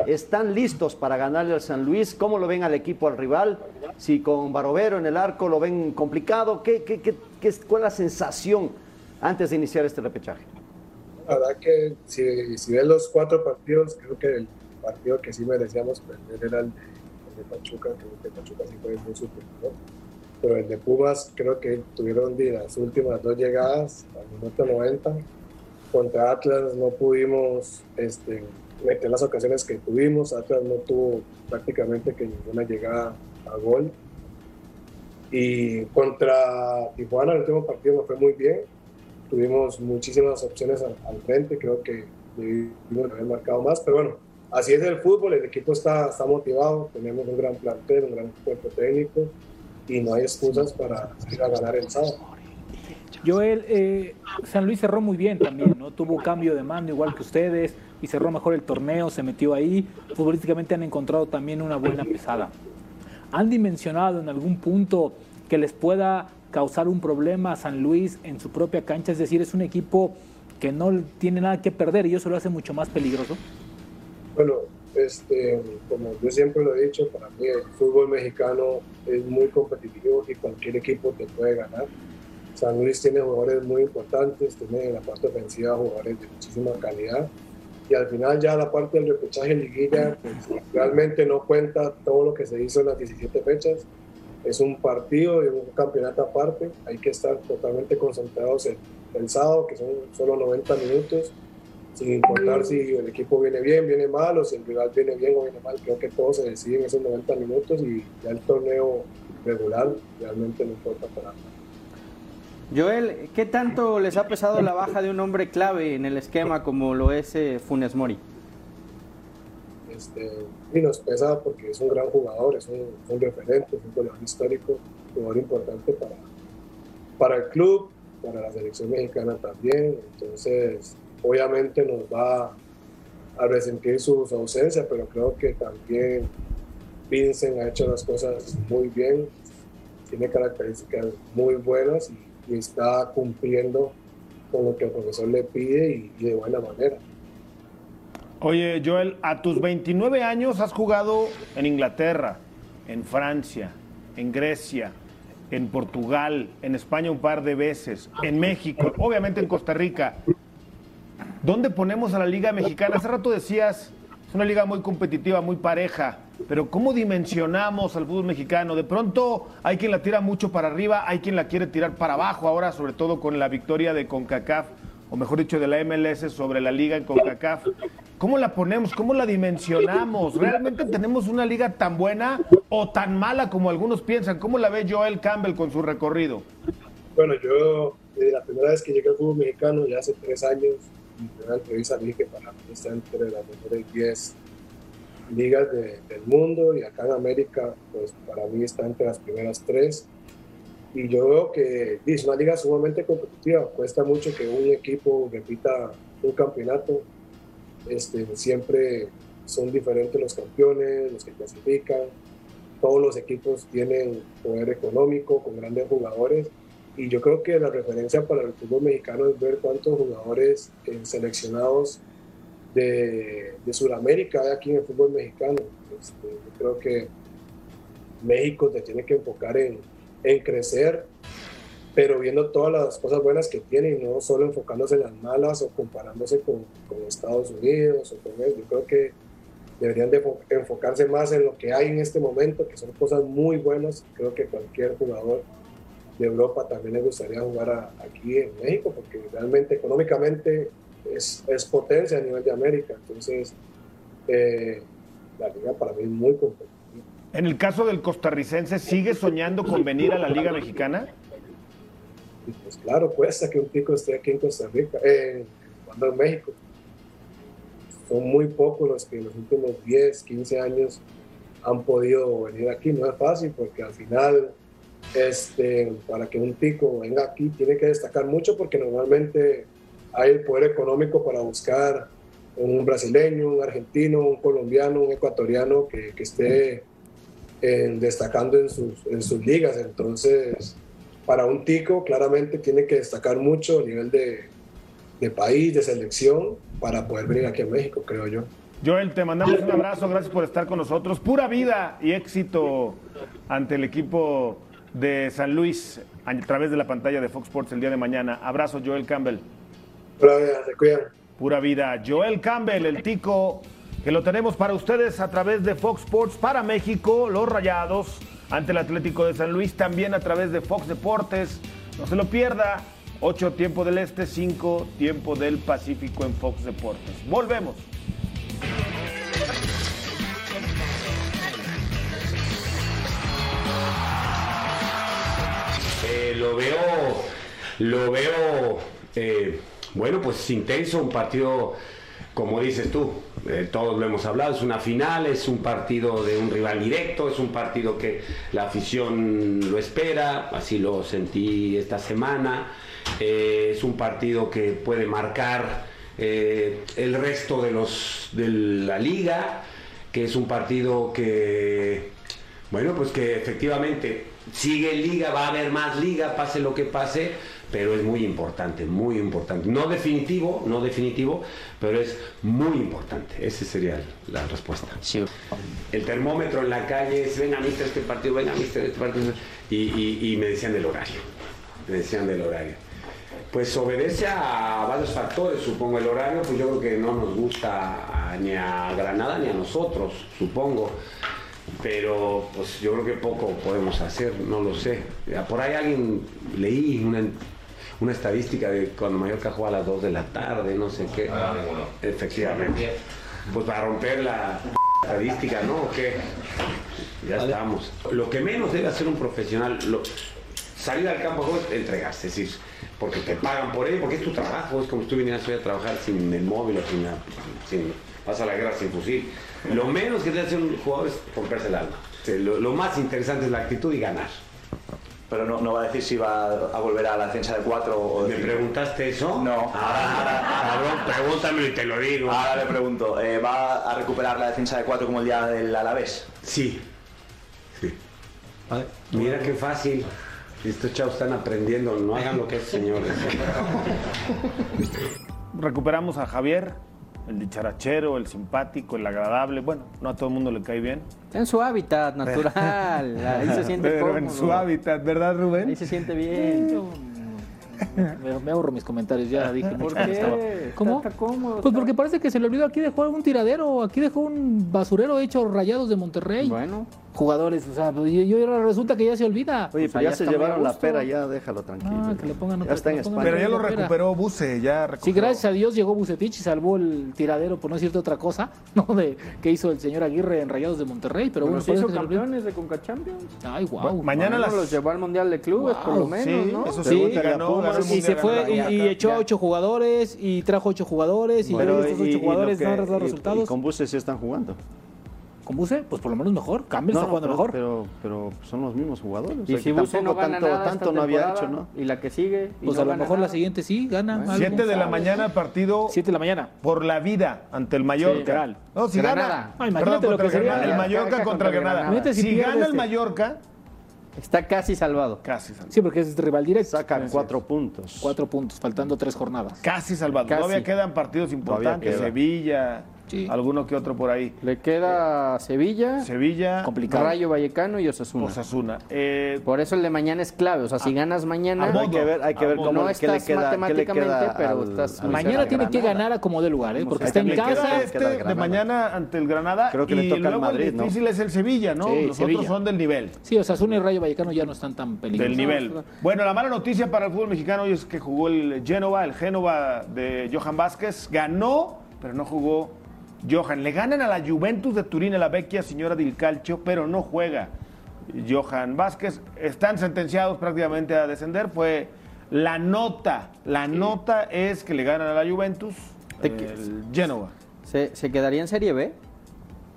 [SPEAKER 2] ¿Están listos para ganarle al San Luis? ¿Cómo lo ven al equipo, al rival? Si con Barovero en el arco lo ven complicado, ¿qué, qué, qué, qué cuál es la sensación antes de iniciar este repechaje?
[SPEAKER 4] La verdad que si, si ven los cuatro partidos, creo que el partido que sí merecíamos perder era el de Pachuca, creo que Pachuca sí fue muy superior. Pero el de Pumas creo que tuvieron de las últimas dos llegadas al minuto 90. Contra Atlas no pudimos este, meter las ocasiones que tuvimos. Atlas no tuvo prácticamente que ninguna llegada a gol. Y contra Tijuana el último partido nos fue muy bien. Tuvimos muchísimas opciones al, al frente. Creo que debimos haber marcado más. Pero bueno, así es el fútbol, el equipo está, está motivado, tenemos un gran plantel, un gran cuerpo técnico y no hay excusas para ir a ganar el sábado.
[SPEAKER 6] Joel, eh, San Luis cerró muy bien también, ¿no? Tuvo cambio de mando igual que ustedes y cerró mejor el torneo, se metió ahí. Futbolísticamente han encontrado también una buena pesada. ¿Han dimensionado en algún punto que les pueda causar un problema a San Luis en su propia cancha? Es decir, es un equipo que no tiene nada que perder y eso lo hace mucho más peligroso.
[SPEAKER 4] Bueno, este, como yo siempre lo he dicho, para mí el fútbol mexicano es muy competitivo y cualquier equipo te puede ganar. San Luis tiene jugadores muy importantes, tiene en la parte ofensiva jugadores de muchísima calidad
[SPEAKER 7] y al final ya la parte del repechaje liguilla pues, realmente no cuenta todo lo que se hizo en las 17 fechas. Es un partido y un campeonato aparte. Hay que estar totalmente concentrados en el sábado, que son solo 90 minutos, sin importar si el equipo viene bien, viene mal, o si el rival viene bien o viene mal. Creo que todo se decide en esos 90 minutos y ya el torneo regular realmente no importa para nada.
[SPEAKER 11] Joel, ¿qué tanto les ha pesado la baja de un hombre clave en el esquema como lo es eh, Funes Mori?
[SPEAKER 7] Este, y nos pesa porque es un gran jugador, es un, un referente, es un goleador histórico, un jugador importante para, para el club, para la selección mexicana también. Entonces, obviamente nos va a resentir su, su ausencia, pero creo que también Vincent ha hecho las cosas muy bien, tiene características muy buenas y y está cumpliendo con lo que el profesor le pide y, y, de buena manera.
[SPEAKER 5] Oye, Joel, a tus 29 años has jugado en Inglaterra, en Francia, en Grecia, en Portugal, en España un par de veces, en México, obviamente en Costa Rica. ¿Dónde ponemos a la Liga Mexicana? Hace rato decías, es una liga muy competitiva, muy pareja, pero ¿cómo dimensionamos al fútbol mexicano? De pronto hay quien la tira mucho para arriba, hay quien la quiere tirar para abajo ahora, sobre todo con la victoria de CONCACAF, o mejor dicho, de la MLS sobre la liga en CONCACAF. ¿Cómo la ponemos? ¿Cómo la dimensionamos? ¿Realmente tenemos una liga tan buena o tan mala como algunos piensan? ¿Cómo la ve Joel Campbell con su recorrido?
[SPEAKER 7] Bueno, yo desde la primera vez que llegué al fútbol mexicano, ya hace tres años, una entrevista dije que para mí está entre las mejores 10 ligas de, del mundo y acá en América, pues para mí está entre las primeras tres. Y yo veo que es una liga sumamente competitiva, cuesta mucho que un equipo repita un campeonato. Este, siempre son diferentes los campeones, los que clasifican. Todos los equipos tienen poder económico, con grandes jugadores y yo creo que la referencia para el fútbol mexicano es ver cuántos jugadores eh, seleccionados de, de Sudamérica hay aquí en el fútbol mexicano. Este, yo creo que México se tiene que enfocar en, en, crecer, pero viendo todas las cosas buenas que tiene y no solo enfocándose en las malas o comparándose con, con Estados Unidos o con él. Yo creo que deberían de enfocarse más en lo que hay en este momento, que son cosas muy buenas. Creo que cualquier jugador de Europa también le gustaría jugar a, aquí en México, porque realmente económicamente es, es, potencia a nivel de América. Entonces, eh, la liga para mí es muy competitiva.
[SPEAKER 5] En el caso del costarricense, ¿sigue soñando con venir a la Liga Mexicana?
[SPEAKER 7] Y pues claro, cuesta que un pico esté aquí en Costa Rica, eh, cuando en México. Son muy pocos los que en los últimos 10, 15 años han podido venir aquí. No es fácil porque al final este, para que un tico venga aquí tiene que destacar mucho porque normalmente hay el poder económico para buscar un brasileño, un argentino, un colombiano, un ecuatoriano que, que esté eh, destacando en sus, en sus, ligas. Entonces, para un tico claramente tiene que destacar mucho a nivel de, de país, de selección, para poder venir aquí a México, creo yo.
[SPEAKER 5] Joel, te mandamos un abrazo, gracias por estar con nosotros. Pura vida y éxito ante el equipo de San Luis a través de la pantalla de Fox Sports el día de mañana. Abrazo, Joel Campbell.
[SPEAKER 7] Pura vida, se cuidan.
[SPEAKER 5] Pura vida. Joel Campbell, el tico, que lo tenemos para ustedes a través de Fox Sports para México, los rayados ante el Atlético de San Luis, también a través de Fox Deportes. No se lo pierda. 8 tiempo del Este, 5 tiempo del Pacífico en Fox Deportes. Volvemos.
[SPEAKER 2] Eh, lo veo, lo veo, eh, bueno, pues intenso, un partido, como dices tú, eh, todos lo hemos hablado, es una final, es un partido de un rival directo, es un partido que la afición lo espera, así lo sentí esta semana, Eh, es un partido que puede marcar eh, el resto de los de la liga, que es un partido que, bueno, pues que efectivamente sigue liga, va a haber más liga, pase lo que pase, pero es muy importante, muy importante. No definitivo, no definitivo, pero es muy importante. Esa sería la respuesta. Sí. El termómetro en la calle es, venga, mister, este partido, venga, mister, este partido. Y, y, y me decían del horario, me decían del horario.
[SPEAKER 12] Pues obedece a varios factores, supongo. El horario, pues yo creo que no nos gusta ni a Granada ni a nosotros, supongo. Pero pues yo creo que poco podemos hacer, no lo sé. Ya, Por ahí alguien leí una, una estadística de cuando Mallorca juega a las 2 de la tarde, no sé qué.
[SPEAKER 13] Ah, ninguno.
[SPEAKER 12] Efectivamente. Pues para romper la estadística, ¿no? ¿O qué? Ya estamos. Lo que menos debe hacer un profesional, lo- salir al campo de juego es entregarse, es decir, porque te pagan por ello, porque es tu trabajo, es como si tú vinieras hoy a trabajar sin el móvil o sin, la- sin- vas a la guerra sin fusil. Lo menos que debe hacer un jugador es romperse el alma. Sí, Lo, lo más interesante es la actitud y ganar.
[SPEAKER 14] Pero no, no va a decir si va a volver a la defensa de 4 o de
[SPEAKER 12] ¿Me preguntaste eso? Ah,
[SPEAKER 14] No. Ah,
[SPEAKER 12] Cabrón, pregúntamelo y te lo digo.
[SPEAKER 14] Ahora le pregunto, eh, ¿va a recuperar la defensa de 4 como el día del Alavés?
[SPEAKER 12] Sí. Mira qué fácil. Estos chavos están aprendiendo, no hagan lo que es, señores.
[SPEAKER 5] Recuperamos a Javier, el dicharachero, el simpático, el agradable. Bueno, no a todo el mundo le cae bien.
[SPEAKER 7] En su hábitat natural. Ahí se siente
[SPEAKER 5] Pero
[SPEAKER 7] cómodo.
[SPEAKER 5] en su hábitat, ¿verdad, Rubén?
[SPEAKER 7] Ahí se siente bien.
[SPEAKER 6] Me, me ahorro mis comentarios, ya dije mucho.
[SPEAKER 7] ¿Por
[SPEAKER 6] cuando
[SPEAKER 7] qué?
[SPEAKER 6] estaba.
[SPEAKER 7] ¿Cómo?
[SPEAKER 6] Pues porque parece que se le olvidó aquí dejó un tiradero, aquí dejó un basurero hecho rayados de Monterrey.
[SPEAKER 7] Bueno.
[SPEAKER 6] Jugadores, o sea, pues, yo, yo ahora resulta que ya se olvida.
[SPEAKER 2] Oye,
[SPEAKER 6] O sea,
[SPEAKER 2] pero ya, se
[SPEAKER 6] Pues está muy a
[SPEAKER 2] llevaron la
[SPEAKER 6] gusto.
[SPEAKER 2] pera, ya déjalo tranquilo.
[SPEAKER 6] Ah, que le pongan
[SPEAKER 2] ya
[SPEAKER 6] otra-
[SPEAKER 2] está en
[SPEAKER 6] que le pongan
[SPEAKER 2] España.
[SPEAKER 6] Pero ya lo otra pera. recuperó
[SPEAKER 15] Buse, ya
[SPEAKER 6] Sí, gracias a Dios llegó Bucetich y salvó el tiradero, por no decirte otra cosa, ¿no? De que hizo el señor Aguirre en Rayados de Monterrey, pero bueno,
[SPEAKER 7] Pero se
[SPEAKER 6] parece
[SPEAKER 7] hizo
[SPEAKER 6] que se le olvidó.
[SPEAKER 7] campeones de Conca Champions.
[SPEAKER 6] Ay, guau.
[SPEAKER 7] Bueno, mañana
[SPEAKER 6] Bueno,
[SPEAKER 7] las-
[SPEAKER 6] los llevó
[SPEAKER 7] al Mundial de Clubes, por lo menos, ¿no?
[SPEAKER 6] Eso
[SPEAKER 7] Eso
[SPEAKER 6] sí,
[SPEAKER 7] sí,
[SPEAKER 6] ganó,
[SPEAKER 7] ganó, ganó el
[SPEAKER 6] y se
[SPEAKER 7] Mundial,
[SPEAKER 6] fue
[SPEAKER 7] ganó.
[SPEAKER 6] y, y
[SPEAKER 7] Ya,
[SPEAKER 6] echó a
[SPEAKER 7] ya.
[SPEAKER 6] ocho jugadores y trajo ocho jugadores y
[SPEAKER 2] Pero
[SPEAKER 6] luego estos
[SPEAKER 2] y- y
[SPEAKER 6] ocho
[SPEAKER 2] lo
[SPEAKER 6] jugadores
[SPEAKER 2] que-
[SPEAKER 6] no han dado
[SPEAKER 2] y-
[SPEAKER 6] resultados.
[SPEAKER 2] Y con Buse sí están jugando.
[SPEAKER 6] ¿Con Buse? Pues por lo menos mejor. Campbell está jugando
[SPEAKER 2] pero,
[SPEAKER 6] mejor.
[SPEAKER 2] Pero, pero son los mismos jugadores. O
[SPEAKER 7] Y
[SPEAKER 2] sea,
[SPEAKER 7] si
[SPEAKER 2] que
[SPEAKER 7] Buse no
[SPEAKER 2] tampoco
[SPEAKER 7] gana
[SPEAKER 2] tanto,
[SPEAKER 7] nada
[SPEAKER 2] tanto
[SPEAKER 7] esta
[SPEAKER 2] no había
[SPEAKER 7] temporada,
[SPEAKER 2] hecho, ¿no?
[SPEAKER 7] Y la que sigue. y
[SPEAKER 6] Pues
[SPEAKER 7] no
[SPEAKER 6] a lo
[SPEAKER 7] gana
[SPEAKER 6] mejor la siguiente sí gana. algo.
[SPEAKER 5] 7 de la mañana, partido.
[SPEAKER 6] 7 de la mañana.
[SPEAKER 5] Por la vida ante el
[SPEAKER 6] Sí,
[SPEAKER 5] Mallorca.
[SPEAKER 6] literal.
[SPEAKER 5] no, si
[SPEAKER 6] Granada.
[SPEAKER 5] gana.
[SPEAKER 6] No, imagínate
[SPEAKER 5] Perdón,
[SPEAKER 6] lo
[SPEAKER 5] contra
[SPEAKER 6] que sería.
[SPEAKER 5] Granada. El Mallorca contra el Granada.
[SPEAKER 6] Imagínate
[SPEAKER 5] Si,
[SPEAKER 6] si pierde
[SPEAKER 5] gana el
[SPEAKER 6] este.
[SPEAKER 5] Mallorca.
[SPEAKER 7] Está casi salvado.
[SPEAKER 5] Casi salvado.
[SPEAKER 6] Sí, porque es rival directo.
[SPEAKER 2] Saca cuatro puntos.
[SPEAKER 6] Cuatro puntos, faltando tres jornadas.
[SPEAKER 5] Casi salvado. Todavía quedan partidos importantes.
[SPEAKER 6] queda.
[SPEAKER 5] Sevilla, alguno que otro por ahí.
[SPEAKER 7] Le queda Sevilla,
[SPEAKER 5] Sevilla,
[SPEAKER 7] Rayo Vallecano y Osasuna.
[SPEAKER 5] Osasuna. Eh,
[SPEAKER 7] Por eso el de mañana es clave. O sea, si ganas mañana,
[SPEAKER 2] Hay que ver, hay que ver cómo
[SPEAKER 7] no
[SPEAKER 5] este
[SPEAKER 2] qué le
[SPEAKER 7] estás
[SPEAKER 2] queda, qué le
[SPEAKER 7] matemáticamente,
[SPEAKER 2] queda
[SPEAKER 7] pero
[SPEAKER 2] al-
[SPEAKER 7] estás
[SPEAKER 2] al-
[SPEAKER 7] muy
[SPEAKER 6] Mañana
[SPEAKER 7] cerca.
[SPEAKER 6] tiene que ganar a como de lugar, ¿eh? porque
[SPEAKER 2] Ahí
[SPEAKER 6] está en
[SPEAKER 2] le queda
[SPEAKER 6] casa.
[SPEAKER 2] este Queda
[SPEAKER 5] de
[SPEAKER 2] Granada.
[SPEAKER 5] mañana ante el Granada.
[SPEAKER 2] Creo que
[SPEAKER 5] y
[SPEAKER 2] le toca al
[SPEAKER 5] luego
[SPEAKER 2] Madrid,
[SPEAKER 5] el
[SPEAKER 2] ¿no?
[SPEAKER 5] difícil es el Sevilla, ¿no?
[SPEAKER 6] Sí,
[SPEAKER 5] Los
[SPEAKER 6] Sevilla.
[SPEAKER 5] otros son del nivel.
[SPEAKER 6] Sí, Osasuna y Rayo Vallecano ya no están tan peligrosos.
[SPEAKER 5] Del nivel. Bueno, la mala noticia para el fútbol mexicano hoy es que jugó el Génova, el Génova de Johan Vázquez. Ganó, pero no jugó Johan. Le ganan a la Juventus de Turín, a la vecchia señora del Calcio, pero no juega Johan Vázquez. Están sentenciados prácticamente a descender. Fue la nota. La nota es que le ganan a la Juventus. El Génova.
[SPEAKER 7] ¿Se, se quedaría en Serie B?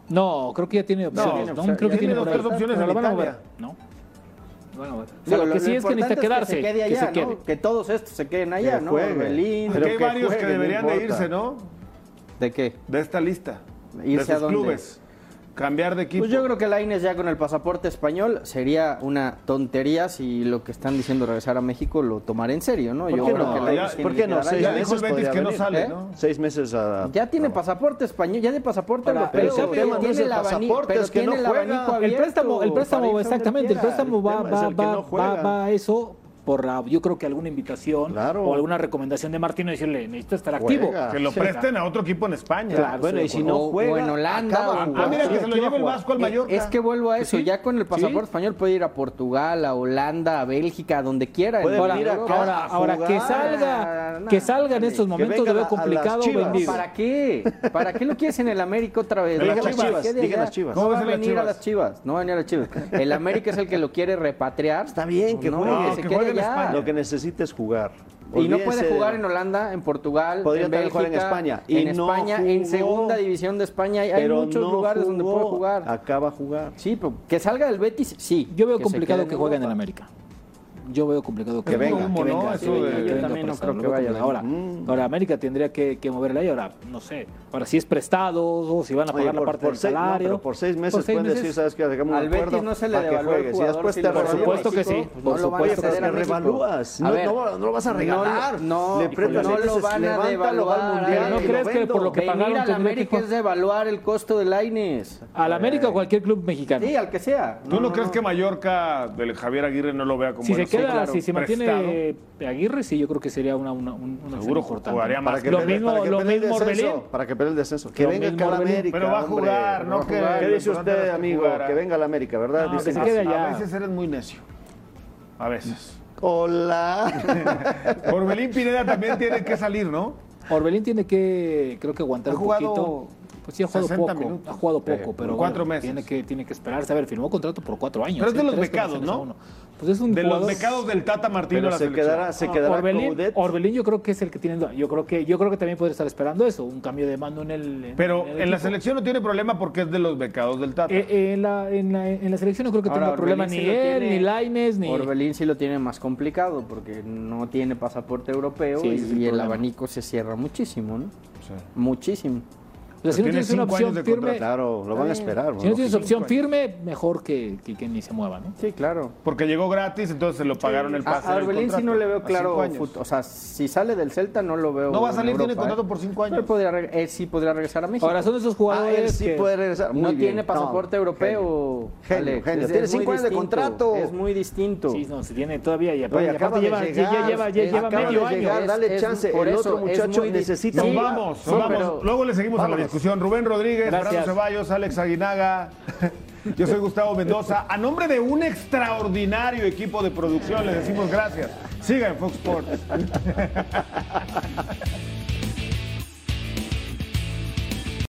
[SPEAKER 6] No, creo que ya tiene opciones. No, creo que tiene por ahí. Pero lo van a mover. No. Bueno, bueno. O sea, lo, que sí es que necesita quedarse.
[SPEAKER 7] Que, se quede allá,
[SPEAKER 6] que se quede.
[SPEAKER 7] ¿no? Que todos estos se queden allá,
[SPEAKER 5] Que
[SPEAKER 7] ¿no?
[SPEAKER 5] juegue.
[SPEAKER 7] Orbelín,
[SPEAKER 5] Aquí hay varios que deberían de irse, ¿no?
[SPEAKER 7] ¿De qué?
[SPEAKER 5] De esta lista.
[SPEAKER 7] ¿Irse
[SPEAKER 5] de sus
[SPEAKER 7] a dónde?
[SPEAKER 5] clubes. Cambiar de equipo.
[SPEAKER 7] Pues yo creo que Lainez ya con el pasaporte español sería una tontería si lo que están diciendo regresar a México lo tomará en serio, ¿no?
[SPEAKER 2] ¿Por
[SPEAKER 7] Yo
[SPEAKER 2] qué
[SPEAKER 7] creo
[SPEAKER 2] no?
[SPEAKER 7] que Lainez
[SPEAKER 2] Ya-
[SPEAKER 7] tiene
[SPEAKER 2] ¿Por
[SPEAKER 7] que
[SPEAKER 2] qué no?
[SPEAKER 7] quedar
[SPEAKER 2] Seis
[SPEAKER 7] allá.
[SPEAKER 2] meses podría venir, ¿eh? Seis meses a...
[SPEAKER 7] Ya tiene pasaporte español, ya de pasaporte
[SPEAKER 2] Ahora,
[SPEAKER 7] europeo.
[SPEAKER 2] pero el tema no
[SPEAKER 7] tiene
[SPEAKER 2] es el
[SPEAKER 7] abani-
[SPEAKER 2] pasaporte,
[SPEAKER 7] pero
[SPEAKER 2] es que
[SPEAKER 7] tiene
[SPEAKER 2] no
[SPEAKER 7] el
[SPEAKER 2] juega.
[SPEAKER 7] abanico
[SPEAKER 2] El
[SPEAKER 7] abierto.
[SPEAKER 6] préstamo, el
[SPEAKER 7] para
[SPEAKER 6] préstamo,
[SPEAKER 7] irse donde
[SPEAKER 6] exactamente, el
[SPEAKER 7] quiera.
[SPEAKER 6] préstamo va,
[SPEAKER 7] tema es
[SPEAKER 6] va,
[SPEAKER 7] el que
[SPEAKER 6] va,
[SPEAKER 7] no juega.
[SPEAKER 6] va- va a eso por la- yo creo que alguna invitación o alguna recomendación de Martino decirle, necesito estar activo.
[SPEAKER 5] Que lo presten a otro equipo en España.
[SPEAKER 6] Claro, Bueno, sí, y si bueno. no
[SPEAKER 7] O-
[SPEAKER 6] juega,
[SPEAKER 7] o en Holanda.
[SPEAKER 5] acaba
[SPEAKER 7] o en
[SPEAKER 5] Ah,
[SPEAKER 7] Portugal.
[SPEAKER 5] mira, que se lo lleve el Vasco al
[SPEAKER 7] Eh,
[SPEAKER 5] Mallorca.
[SPEAKER 7] Es que vuelvo a eso,
[SPEAKER 5] Sí.
[SPEAKER 7] ya con el pasaporte español puede ir a Portugal, a Holanda, a Bélgica, a donde quiera.
[SPEAKER 6] Puede
[SPEAKER 7] en toda
[SPEAKER 6] venir acá
[SPEAKER 7] Europa.
[SPEAKER 6] Ahora- a ahora que jugar. salga- que salga en estos
[SPEAKER 7] Que
[SPEAKER 6] momentos
[SPEAKER 7] venga
[SPEAKER 6] lo veo
[SPEAKER 7] a las
[SPEAKER 6] complicado,
[SPEAKER 7] Chivas.
[SPEAKER 6] vendido.
[SPEAKER 7] ¿Para qué? ¿Para qué lo quieres en el América otra vez?
[SPEAKER 2] Diga
[SPEAKER 7] No,
[SPEAKER 2] las
[SPEAKER 7] que
[SPEAKER 2] Chivas,
[SPEAKER 7] quede
[SPEAKER 2] diga
[SPEAKER 7] allá.
[SPEAKER 2] las Chivas.
[SPEAKER 7] No va a
[SPEAKER 2] ¿Cómo ves a las
[SPEAKER 7] venir a
[SPEAKER 2] Chivas?
[SPEAKER 7] las Chivas, no va a venir a las Chivas. El América es el que lo quiere repatriar. Está
[SPEAKER 2] bien que
[SPEAKER 7] no,
[SPEAKER 2] juegue.
[SPEAKER 7] que se quede allá.
[SPEAKER 2] Lo que necesita es jugar.
[SPEAKER 7] Y no
[SPEAKER 2] Olvídense
[SPEAKER 7] puede
[SPEAKER 2] de-
[SPEAKER 7] jugar en Holanda, en Portugal,
[SPEAKER 2] Podría
[SPEAKER 7] en
[SPEAKER 2] también
[SPEAKER 7] Bélgica,
[SPEAKER 2] jugar en España. Y
[SPEAKER 7] en
[SPEAKER 2] no
[SPEAKER 7] España, en
[SPEAKER 2] jugó.
[SPEAKER 7] segunda división de España. Hay, hay
[SPEAKER 2] Pero
[SPEAKER 7] muchos
[SPEAKER 2] no
[SPEAKER 7] lugares donde
[SPEAKER 2] jugó,
[SPEAKER 7] puede jugar.
[SPEAKER 2] Acaba jugar.
[SPEAKER 7] Sí, pero que salga del Betis, sí.
[SPEAKER 6] Yo veo
[SPEAKER 7] Que se
[SPEAKER 6] complicado
[SPEAKER 7] quede
[SPEAKER 6] que
[SPEAKER 7] en
[SPEAKER 6] jueguen en
[SPEAKER 7] Europa.
[SPEAKER 6] el América. Yo veo complicado que,
[SPEAKER 7] Es puro
[SPEAKER 6] venga,
[SPEAKER 7] humo,
[SPEAKER 6] que
[SPEAKER 7] ¿no?
[SPEAKER 6] venga,
[SPEAKER 7] Eso
[SPEAKER 6] que venga,
[SPEAKER 7] de-
[SPEAKER 6] que
[SPEAKER 7] Yo
[SPEAKER 6] venga por
[SPEAKER 7] también no
[SPEAKER 6] eso,
[SPEAKER 7] creo
[SPEAKER 6] lo
[SPEAKER 7] que
[SPEAKER 6] veo
[SPEAKER 7] vaya,
[SPEAKER 6] complicado. Ahora, ahora América tendría que, que moverla y ahora no sé. Ahora si es prestados o si van a
[SPEAKER 2] Oye,
[SPEAKER 6] pagar la
[SPEAKER 2] por-
[SPEAKER 6] parte
[SPEAKER 2] por
[SPEAKER 6] del
[SPEAKER 2] seis- no,
[SPEAKER 6] salario.
[SPEAKER 2] pero por seis meses pueden decir, ¿sabes qué? Hagamos un
[SPEAKER 7] Al
[SPEAKER 2] acuerdo
[SPEAKER 7] Betis no se le
[SPEAKER 2] para que
[SPEAKER 7] devalúa el
[SPEAKER 2] juegues. Y
[SPEAKER 7] jugador
[SPEAKER 2] después
[SPEAKER 7] si
[SPEAKER 2] te
[SPEAKER 7] lo
[SPEAKER 2] revalúas.
[SPEAKER 7] revalúa
[SPEAKER 2] Por supuesto que
[SPEAKER 7] México,
[SPEAKER 2] sí.
[SPEAKER 7] pues
[SPEAKER 2] Por
[SPEAKER 7] no lo van a
[SPEAKER 2] supuesto,
[SPEAKER 7] ceder
[SPEAKER 2] es
[SPEAKER 7] a
[SPEAKER 2] que
[SPEAKER 7] México.
[SPEAKER 2] revalúas.
[SPEAKER 7] A
[SPEAKER 2] No-
[SPEAKER 7] ver,
[SPEAKER 2] no- no lo vas a regalar.
[SPEAKER 7] No,
[SPEAKER 2] Le
[SPEAKER 7] no,
[SPEAKER 2] prestas,
[SPEAKER 7] no
[SPEAKER 2] le
[SPEAKER 7] lo
[SPEAKER 2] dices,
[SPEAKER 7] van a
[SPEAKER 2] "Levántalo, va al
[SPEAKER 7] devaluar.
[SPEAKER 2] Mundial y lo vendo".
[SPEAKER 7] Venir a la América es devaluar el costo del Aines.
[SPEAKER 6] Al América o cualquier club mexicano.
[SPEAKER 7] Eh, Sí, al que sea.
[SPEAKER 5] ¿Tú no, crees que Mallorca, el Javier Aguirre, no lo vea como
[SPEAKER 6] Si se
[SPEAKER 5] bueno,
[SPEAKER 6] queda, si se mantiene Aguirre, sí, yo creo que sería una, una, un- una opción
[SPEAKER 16] Seguro
[SPEAKER 6] importante.
[SPEAKER 16] jugaría más que
[SPEAKER 6] Lo
[SPEAKER 16] Orbelín.
[SPEAKER 6] mismo,
[SPEAKER 16] Para que
[SPEAKER 6] lo
[SPEAKER 16] pelee el
[SPEAKER 6] mismo
[SPEAKER 16] descenso,
[SPEAKER 6] Orbelín.
[SPEAKER 16] Para que pelee el descenso. Que
[SPEAKER 6] Lo
[SPEAKER 16] venga
[SPEAKER 6] mismo
[SPEAKER 16] acá a la
[SPEAKER 6] Orbelín.
[SPEAKER 16] América.
[SPEAKER 6] Pero va a jugar,
[SPEAKER 16] hombre,
[SPEAKER 6] no
[SPEAKER 16] va a
[SPEAKER 6] que-
[SPEAKER 16] jugar. ¿Qué
[SPEAKER 6] lo
[SPEAKER 16] dice
[SPEAKER 6] importante
[SPEAKER 16] usted,
[SPEAKER 6] es que
[SPEAKER 16] amigo?
[SPEAKER 6] jugara.
[SPEAKER 16] Que venga a la América, ¿verdad?
[SPEAKER 6] No,
[SPEAKER 16] Dice
[SPEAKER 6] que se
[SPEAKER 16] que
[SPEAKER 6] quede
[SPEAKER 16] sí.
[SPEAKER 6] allá.
[SPEAKER 16] A veces
[SPEAKER 5] eres muy necio. A veces.
[SPEAKER 16] Hola.
[SPEAKER 5] Orbelín Pineda también tiene que salir, ¿no?
[SPEAKER 6] Orbelín tiene que, creo que aguantar
[SPEAKER 5] Ha
[SPEAKER 6] un
[SPEAKER 5] jugado
[SPEAKER 6] poquito. Pues sí, ha jugado
[SPEAKER 5] 60
[SPEAKER 6] poco.
[SPEAKER 5] minutos.
[SPEAKER 6] Ha jugado poco,
[SPEAKER 5] Sí,
[SPEAKER 6] pero.
[SPEAKER 5] por cuatro
[SPEAKER 6] bueno,
[SPEAKER 5] meses.
[SPEAKER 6] Tiene que, tiene que esperarse. A ver, firmó contrato por cuatro años.
[SPEAKER 5] Pero es de
[SPEAKER 6] ¿eh?
[SPEAKER 5] los
[SPEAKER 6] Tres
[SPEAKER 5] becados,
[SPEAKER 6] comisiones a
[SPEAKER 5] ¿no?
[SPEAKER 6] uno. Pues es un
[SPEAKER 5] De los
[SPEAKER 6] jugador-
[SPEAKER 5] becados del Tata Martino Pero a la se selección. quedará- se
[SPEAKER 6] Ah,
[SPEAKER 5] quedará
[SPEAKER 6] Orbelín,
[SPEAKER 5] Coudet.
[SPEAKER 6] Orbelín yo creo que es el que tiene. Yo creo que, yo creo que también podría estar esperando eso, un cambio de mando en el. en-
[SPEAKER 5] Pero
[SPEAKER 6] en, el
[SPEAKER 5] en la
[SPEAKER 6] equipo.
[SPEAKER 5] selección no tiene problema porque es de los becados del Tata.
[SPEAKER 6] Eh, eh, en, la, en, la, en la selección no creo que tenga problema ni él, ni Laines, ni.
[SPEAKER 7] Orbelín sí lo tiene más complicado porque no tiene pasaporte europeo
[SPEAKER 6] Sí,
[SPEAKER 7] y,
[SPEAKER 6] ese es el
[SPEAKER 7] y el
[SPEAKER 6] problema.
[SPEAKER 7] abanico se cierra muchísimo, ¿no? Muchísimo.
[SPEAKER 6] O sea, si no tienes una opción firme.
[SPEAKER 5] Está bien. esperar,
[SPEAKER 6] Si no
[SPEAKER 5] ¿no?
[SPEAKER 6] tienes
[SPEAKER 5] Cinco
[SPEAKER 6] opción
[SPEAKER 5] años.
[SPEAKER 6] firme, mejor que, que, que ni se mueva, ¿no?
[SPEAKER 7] Sí, claro.
[SPEAKER 5] Porque llegó gratis, entonces se lo pagaron el pase.
[SPEAKER 7] A, a
[SPEAKER 5] del
[SPEAKER 7] Orbelín sí
[SPEAKER 5] contrato.
[SPEAKER 7] no le
[SPEAKER 5] A
[SPEAKER 7] veo
[SPEAKER 5] cinco
[SPEAKER 7] claro.
[SPEAKER 5] años.
[SPEAKER 7] fut- O sea, si sale del Celta no lo veo.
[SPEAKER 5] No va a
[SPEAKER 7] en
[SPEAKER 5] salir, tiene
[SPEAKER 7] Europa,
[SPEAKER 5] contrato
[SPEAKER 7] ¿eh?
[SPEAKER 5] por cinco años.
[SPEAKER 7] Pero podría reg- él sí podría regresar a México.
[SPEAKER 6] Ahora, son de esos jugadores
[SPEAKER 7] Ah, él sí
[SPEAKER 6] que-
[SPEAKER 7] puede regresar.
[SPEAKER 6] Muy
[SPEAKER 7] no
[SPEAKER 6] bien,
[SPEAKER 7] tiene
[SPEAKER 6] no.
[SPEAKER 7] pasaporte europeo.
[SPEAKER 6] Genio,
[SPEAKER 7] Alex.
[SPEAKER 6] genio.
[SPEAKER 7] Es-
[SPEAKER 6] Tiene
[SPEAKER 7] es muy
[SPEAKER 6] cinco años de
[SPEAKER 7] distinto,
[SPEAKER 6] contrato.
[SPEAKER 7] Es muy distinto.
[SPEAKER 6] Sí, no, se tiene todavía. Y
[SPEAKER 7] Oye,
[SPEAKER 6] aparte, y aparte
[SPEAKER 7] acaba de
[SPEAKER 6] lleva,
[SPEAKER 7] llegar,
[SPEAKER 6] ya lleva, ya
[SPEAKER 7] es-
[SPEAKER 6] lleva
[SPEAKER 7] acaba
[SPEAKER 6] medio
[SPEAKER 7] de
[SPEAKER 6] año.
[SPEAKER 7] llegar, dale
[SPEAKER 6] Es-
[SPEAKER 7] chance,
[SPEAKER 6] es-
[SPEAKER 7] el
[SPEAKER 6] eso,
[SPEAKER 7] otro
[SPEAKER 6] es
[SPEAKER 7] muchacho
[SPEAKER 6] muy di-
[SPEAKER 7] necesita-
[SPEAKER 6] Sí,
[SPEAKER 5] Nos vamos, nos
[SPEAKER 6] no,
[SPEAKER 5] vamos.
[SPEAKER 6] pero-
[SPEAKER 5] Luego le seguimos a la
[SPEAKER 6] Vámonos.
[SPEAKER 5] discusión. Rubén Rodríguez,
[SPEAKER 6] Gracias.
[SPEAKER 5] Fernando Ceballos, Alex Aguinaga. Yo soy Gustavo Mendoza. A nombre de un extraordinario equipo de producción, les decimos gracias. Siga en Fox Sports.